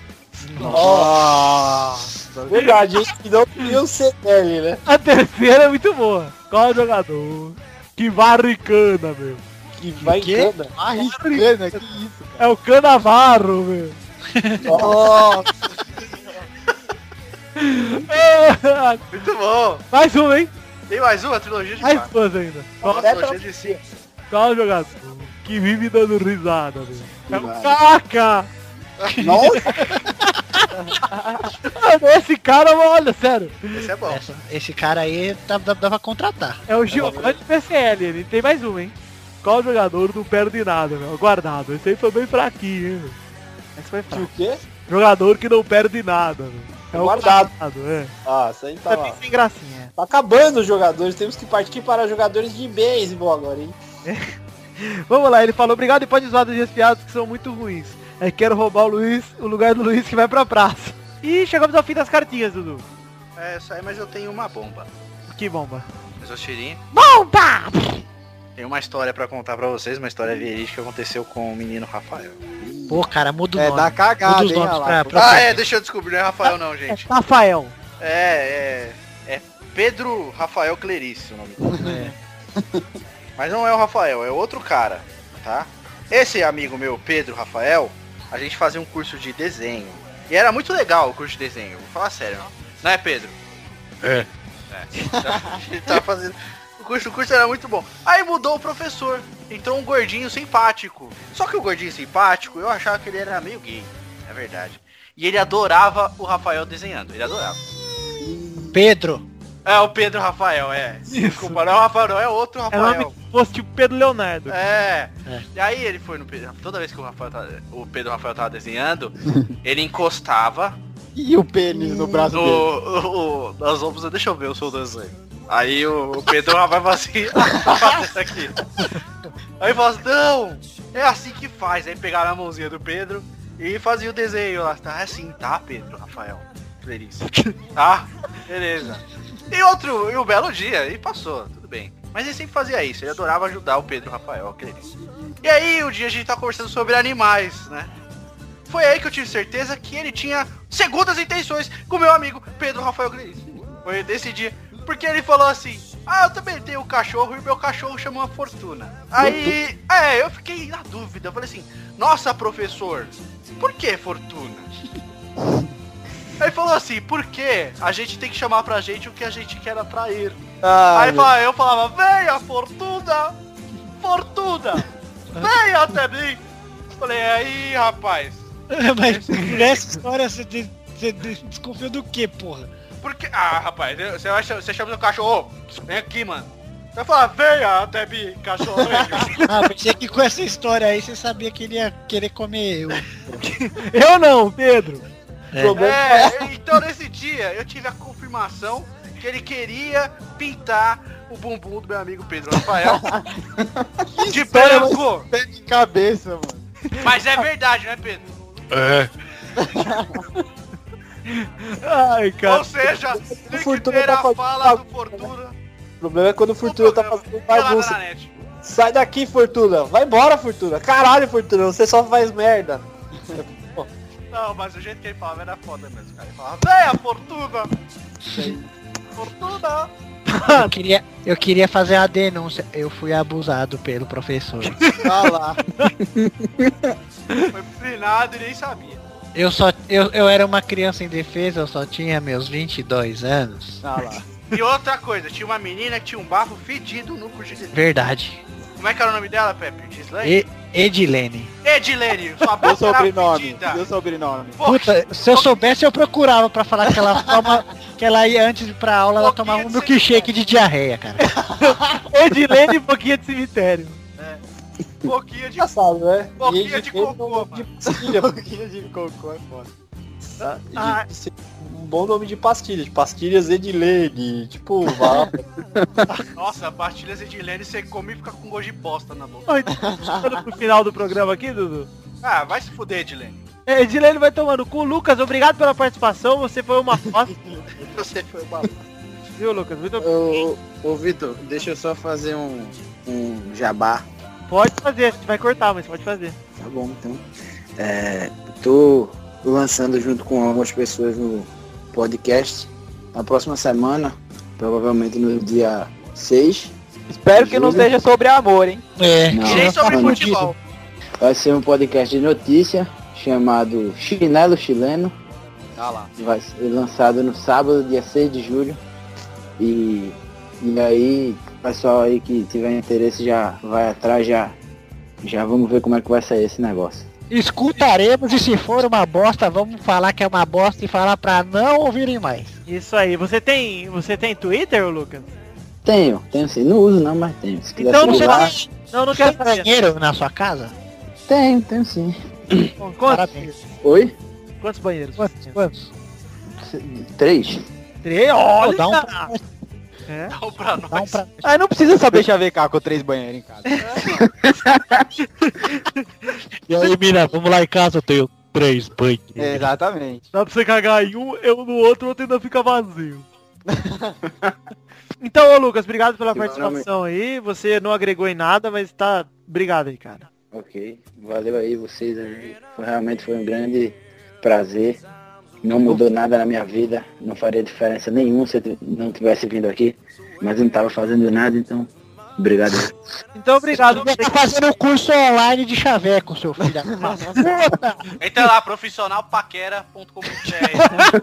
Speaker 9: Nossa. Verdade, hein? E não queria o CL, né?
Speaker 5: A terceira é muito boa. Qual jogador que varricana, meu?
Speaker 9: Que vai
Speaker 13: quê?
Speaker 9: em cana.
Speaker 13: Arricana, que isso?
Speaker 5: É o Canavarro, meu. <laughs>
Speaker 13: Nossa.
Speaker 1: Muito bom.
Speaker 5: Mais um, hein?
Speaker 1: Tem mais uma trilogia de
Speaker 5: Mais
Speaker 1: quatro.
Speaker 5: duas ainda. Qual,
Speaker 1: Trilogia de cinco.
Speaker 5: qual é jogador que vive dando risada, meu? É o Caca! Mano, esse cara, olha, sério.
Speaker 1: Esse é bom.
Speaker 3: Esse cara aí dá, dá, dá pra contratar.
Speaker 5: É o Giovanni PCL, ele tem mais um, hein? Qual jogador não perde nada, meu? Guardado. Esse aí foi bem fraquinho, hein? meu? Esse foi fraco.
Speaker 9: O quê?
Speaker 5: Jogador que não perde nada, meu. É o
Speaker 9: Guardado.
Speaker 5: guardado, é.
Speaker 9: Ah, isso aí
Speaker 5: Tá
Speaker 9: tá,
Speaker 5: bem sem gracinha.
Speaker 9: tá acabando os jogadores. Temos que partir para jogadores de beisebol agora, hein?
Speaker 5: Vamos lá, ele falou, obrigado e pode usar dos dias piadas que são muito ruins. É, quero roubar o Luiz, o lugar do Luiz que vai pra praça. E chegamos ao fim das cartinhas, Dudu.
Speaker 1: É, isso aí, mas eu tenho uma bomba.
Speaker 5: Que bomba.
Speaker 1: Mas eu tirei.
Speaker 16: Bomba!
Speaker 1: Tem uma história pra contar pra vocês, uma história verídica que aconteceu com o menino Rafael.
Speaker 3: Pô, cara, muda o
Speaker 13: É,
Speaker 3: nome.
Speaker 13: dá cagada,
Speaker 3: muda os
Speaker 13: hein,
Speaker 3: nomes
Speaker 13: olha lá,
Speaker 3: pra,
Speaker 9: Tá
Speaker 13: pô.
Speaker 3: pra-
Speaker 1: Ah, é, deixa eu descobrir, não é Rafael não,
Speaker 5: É
Speaker 1: gente.
Speaker 5: Rafael.
Speaker 1: É, é. É Pedro Rafael Clerice o nome dele. Mas não é o Rafael, é outro cara, tá? Esse amigo meu, Pedro Rafael, a gente fazia um curso de desenho. E era muito legal o curso de desenho, vou falar sério. Não é, Pedro?
Speaker 2: É.
Speaker 1: A gente tava fazendo. O curso, o curso era muito bom. Aí mudou o professor. Entrou um gordinho simpático. Só que o gordinho simpático, eu achava que ele era meio gay. É verdade. E ele adorava o Rafael desenhando. Ele adorava.
Speaker 3: Pedro.
Speaker 1: É, o Pedro Rafael, é. Desculpa, não é o Rafael, não, é outro
Speaker 5: É o nome
Speaker 1: Rafael.
Speaker 5: que fosse tipo Pedro Leonardo.
Speaker 1: É. E aí ele foi no Pedro. Toda vez que o, Rafael tava- o Pedro Rafael tava
Speaker 13: <laughs>
Speaker 1: desenhando, ele encostava
Speaker 13: E o pênis no braço
Speaker 1: no,
Speaker 13: dele?
Speaker 1: o, o, nas ombros, deixa eu ver o seu desenho. Aí o, o Pedro Rafael fala assim, <laughs> faz isso aqui. Aí ele fala assim, não, é assim que faz. Aí pegaram a mãozinha do Pedro e fazia o desenho lá. Tá, é assim, tá, Pedro Rafael.
Speaker 13: <laughs>
Speaker 1: Feliz. Tá? Beleza. E outro, e um belo dia, e passou, tudo bem. Mas ele sempre fazia isso, ele adorava ajudar o Pedro Rafael, Clerice. E aí, um dia a gente tá conversando sobre animais, né? Foi aí que eu tive certeza que ele tinha segundas intenções com meu amigo Pedro Rafael Clerice. Foi desse dia, porque ele falou assim, ah, eu também tenho um cachorro e meu cachorro chama uma fortuna. Aí, é, eu fiquei na dúvida, eu falei assim, nossa, professor, por que fortuna? Aí ele falou assim, por que a gente tem que chamar pra gente o que a gente quer atrair?
Speaker 13: Ah,
Speaker 1: Aí fala- eu falava, venha fortuna, fortuna, venha até mim. Falei, aí rapaz,
Speaker 3: <laughs> Mas nessa história você, de- você de- desconfiou do que, porra?
Speaker 1: porque... Ah, rapaz, eu- você, vai cha- você chama seu cachorro, "Ô, vem aqui, mano. Vai falar, venha até mim, cachorro.
Speaker 3: Ah, pensei que com essa história aí você sabia que ele ia querer comer
Speaker 5: <laughs>
Speaker 3: eu.
Speaker 5: Eu não, Pedro.
Speaker 1: é, então nesse dia eu tive a confirmação que ele queria pintar o bumbum do meu amigo Pedro Rafael de
Speaker 13: História mais
Speaker 1: branco.
Speaker 13: pé de cabeça, mano.
Speaker 1: Mas é verdade, né, Pedro?
Speaker 2: É.
Speaker 5: Ai, cara.
Speaker 1: Ou seja, tem que
Speaker 9: Fortuna
Speaker 1: ter
Speaker 9: tá
Speaker 1: a
Speaker 9: fazendo
Speaker 1: fala do Fortuna
Speaker 9: O problema é quando o Fortuna tá fazendo
Speaker 1: pelada
Speaker 9: bagunça.
Speaker 1: na net.
Speaker 9: Sai daqui, Fortuna. Vai embora, Fortuna. Caralho, Fortuna. Você só faz merda.
Speaker 1: Não, mas o jeito que ele falava era foda mesmo, cara. Ele falava, véia, Fortuna! Fortuna!
Speaker 3: Eu queria, eu queria fazer a denúncia. Eu fui abusado pelo professor.
Speaker 5: Tá lá.
Speaker 1: Foi treinado e nem sabia.
Speaker 3: Eu só eu, eu era uma criança indefesa, eu só tinha meus 22 anos.
Speaker 5: Tá
Speaker 9: <laughs>
Speaker 5: lá.
Speaker 1: E outra coisa, tinha uma menina que tinha um barro fedido no curso
Speaker 3: Verdade.
Speaker 1: Como é que era o nome dela, Pepe? Gislaine?
Speaker 3: E, Edilene.
Speaker 1: Edilene, sua
Speaker 13: Deu
Speaker 1: boca era
Speaker 13: sobrenome,
Speaker 1: fedida.
Speaker 13: deu sobrenome.
Speaker 3: Puta, se eu soubesse eu procurava pra falar que ela toma, que ela ia antes de ir pra aula, ela tomava um milkshake de diarreia, cara.
Speaker 5: Edilene e Boquinha de Cemitério.
Speaker 1: Boquinha um de
Speaker 13: Engraçado, né?
Speaker 1: Boquinha de cocô,
Speaker 13: mano. <laughs> Boquinha de cocô é foda. Ah,
Speaker 9: de ser um bom nome de pastilha, de pastilhas Edilene,
Speaker 13: <laughs>
Speaker 9: tipo, vá.
Speaker 1: Nossa, pastilhas Edilene você come e fica com gosto de bosta na boca.
Speaker 5: Chegando pro final do programa aqui, Dudu.
Speaker 1: Ah, vai se fuder, Edilene.
Speaker 5: É, Edilene vai tomando cu. Lucas, obrigado pela participação. Você foi uma foto.
Speaker 17: Você foi uma
Speaker 1: <laughs>
Speaker 5: Viu, Lucas? Muito
Speaker 17: Ô, ô Vitor, deixa eu só fazer um, um jabá.
Speaker 5: Pode fazer, a gente vai cortar, mas pode fazer.
Speaker 17: Tá bom, então. É, tô lançando junto com algumas pessoas no podcast. Na próxima semana, provavelmente no dia 6.
Speaker 13: Espero que não seja sobre amor, hein?
Speaker 3: É,
Speaker 17: Não, não, não. Vai ser um podcast de notícia chamado Chinelo Chileno.
Speaker 1: Tá lá.
Speaker 17: Vai ser lançado no sábado, dia 6 de julho. E, e aí, pessoal aí que tiver interesse já vai atrás, já, já vamos ver como é que vai sair esse negócio.
Speaker 3: Escutaremos e se for uma bosta, vamos falar que é uma bosta e falar pra não ouvirem mais.
Speaker 5: Isso aí. Você tem, você tem Twitter, ô, Lucas?
Speaker 17: Tenho, tenho sim. Não uso não, mas tenho. Se quiser
Speaker 5: Então não
Speaker 17: celular,
Speaker 5: quero. Não, não quero saber.
Speaker 3: Banheiro na sua casa?
Speaker 17: tenho, tenho sim.
Speaker 5: Bom, Quantos,
Speaker 17: Oi?
Speaker 5: quantos banheiros?
Speaker 3: Quantos?
Speaker 17: Três?
Speaker 5: Três? Olha!
Speaker 3: Dá um
Speaker 5: É.
Speaker 1: Dá um pra
Speaker 3: Dá um pra...
Speaker 13: Ah, não precisa saber chavecar com três banheiros em casa.
Speaker 3: E aí, mina, vamos lá em casa, eu tenho três banhos.
Speaker 13: <laughs>
Speaker 1: É.
Speaker 13: Exatamente.
Speaker 5: Dá pra você cagar em um, eu no outro, o outro ainda fica
Speaker 3: <laughs>
Speaker 5: vazio. então, ô Lucas, obrigado pela participação aí. Você não agregou em nada, mas tá. Obrigado aí, cara.
Speaker 17: Ok, valeu aí vocês aí. Foi- realmente foi um grande prazer. Não mudou nada na minha vida, não faria diferença nenhuma se eu t- não tivesse vindo aqui, mas eu não tava fazendo nada, então obrigado.
Speaker 5: Então, obrigado.
Speaker 3: Tá fazendo um curso online de chaveco, seu filho. da puta.
Speaker 1: Entra lá,
Speaker 3: <laughs>
Speaker 1: profissionalpaquera.com.br.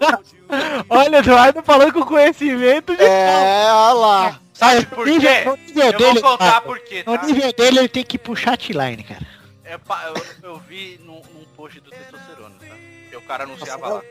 Speaker 5: <laughs> Olha, Eduardo falando com conhecimento de.
Speaker 13: É, olha lá.
Speaker 1: Sabe por
Speaker 3: Nível-
Speaker 1: quê?
Speaker 3: no nível
Speaker 1: Eu
Speaker 3: dele,
Speaker 1: vou contar
Speaker 3: cara.
Speaker 1: por quê,
Speaker 3: No
Speaker 1: tá?
Speaker 3: nível dele, ele tem que puxar chatline, cara.
Speaker 1: É pa- eu, eu vi num, num post do testosterona, tá? E o cara anunciava lá.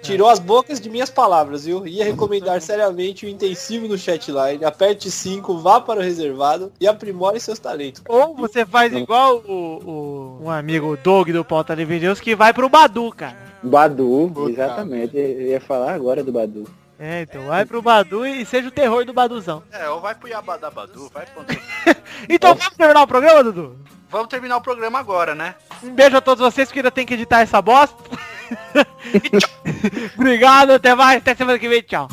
Speaker 9: Tirou as bocas de minhas palavras, viu? Ia recomendar seriamente o intensivo no chatline. Aperte 5, vá para o reservado e aprimore seus talentos.
Speaker 5: Ou você faz igual o, o- um amigo o Doug do Pauta Livre News que vai pro Badu, cara.
Speaker 17: Badu, exatamente, eu ia falar agora do Badu.
Speaker 5: É, então vai pro Badu e seja o terror do Baduzão.
Speaker 1: É, ou vai pro Yabadabadu, vai pro...
Speaker 5: Então vamos terminar o programa, Dudu?
Speaker 1: Vamos terminar o programa agora, né?
Speaker 5: Um beijo a todos vocês que ainda tem que <laughs> editar essa bosta. Obrigado, até mais, até semana que vem, tchau.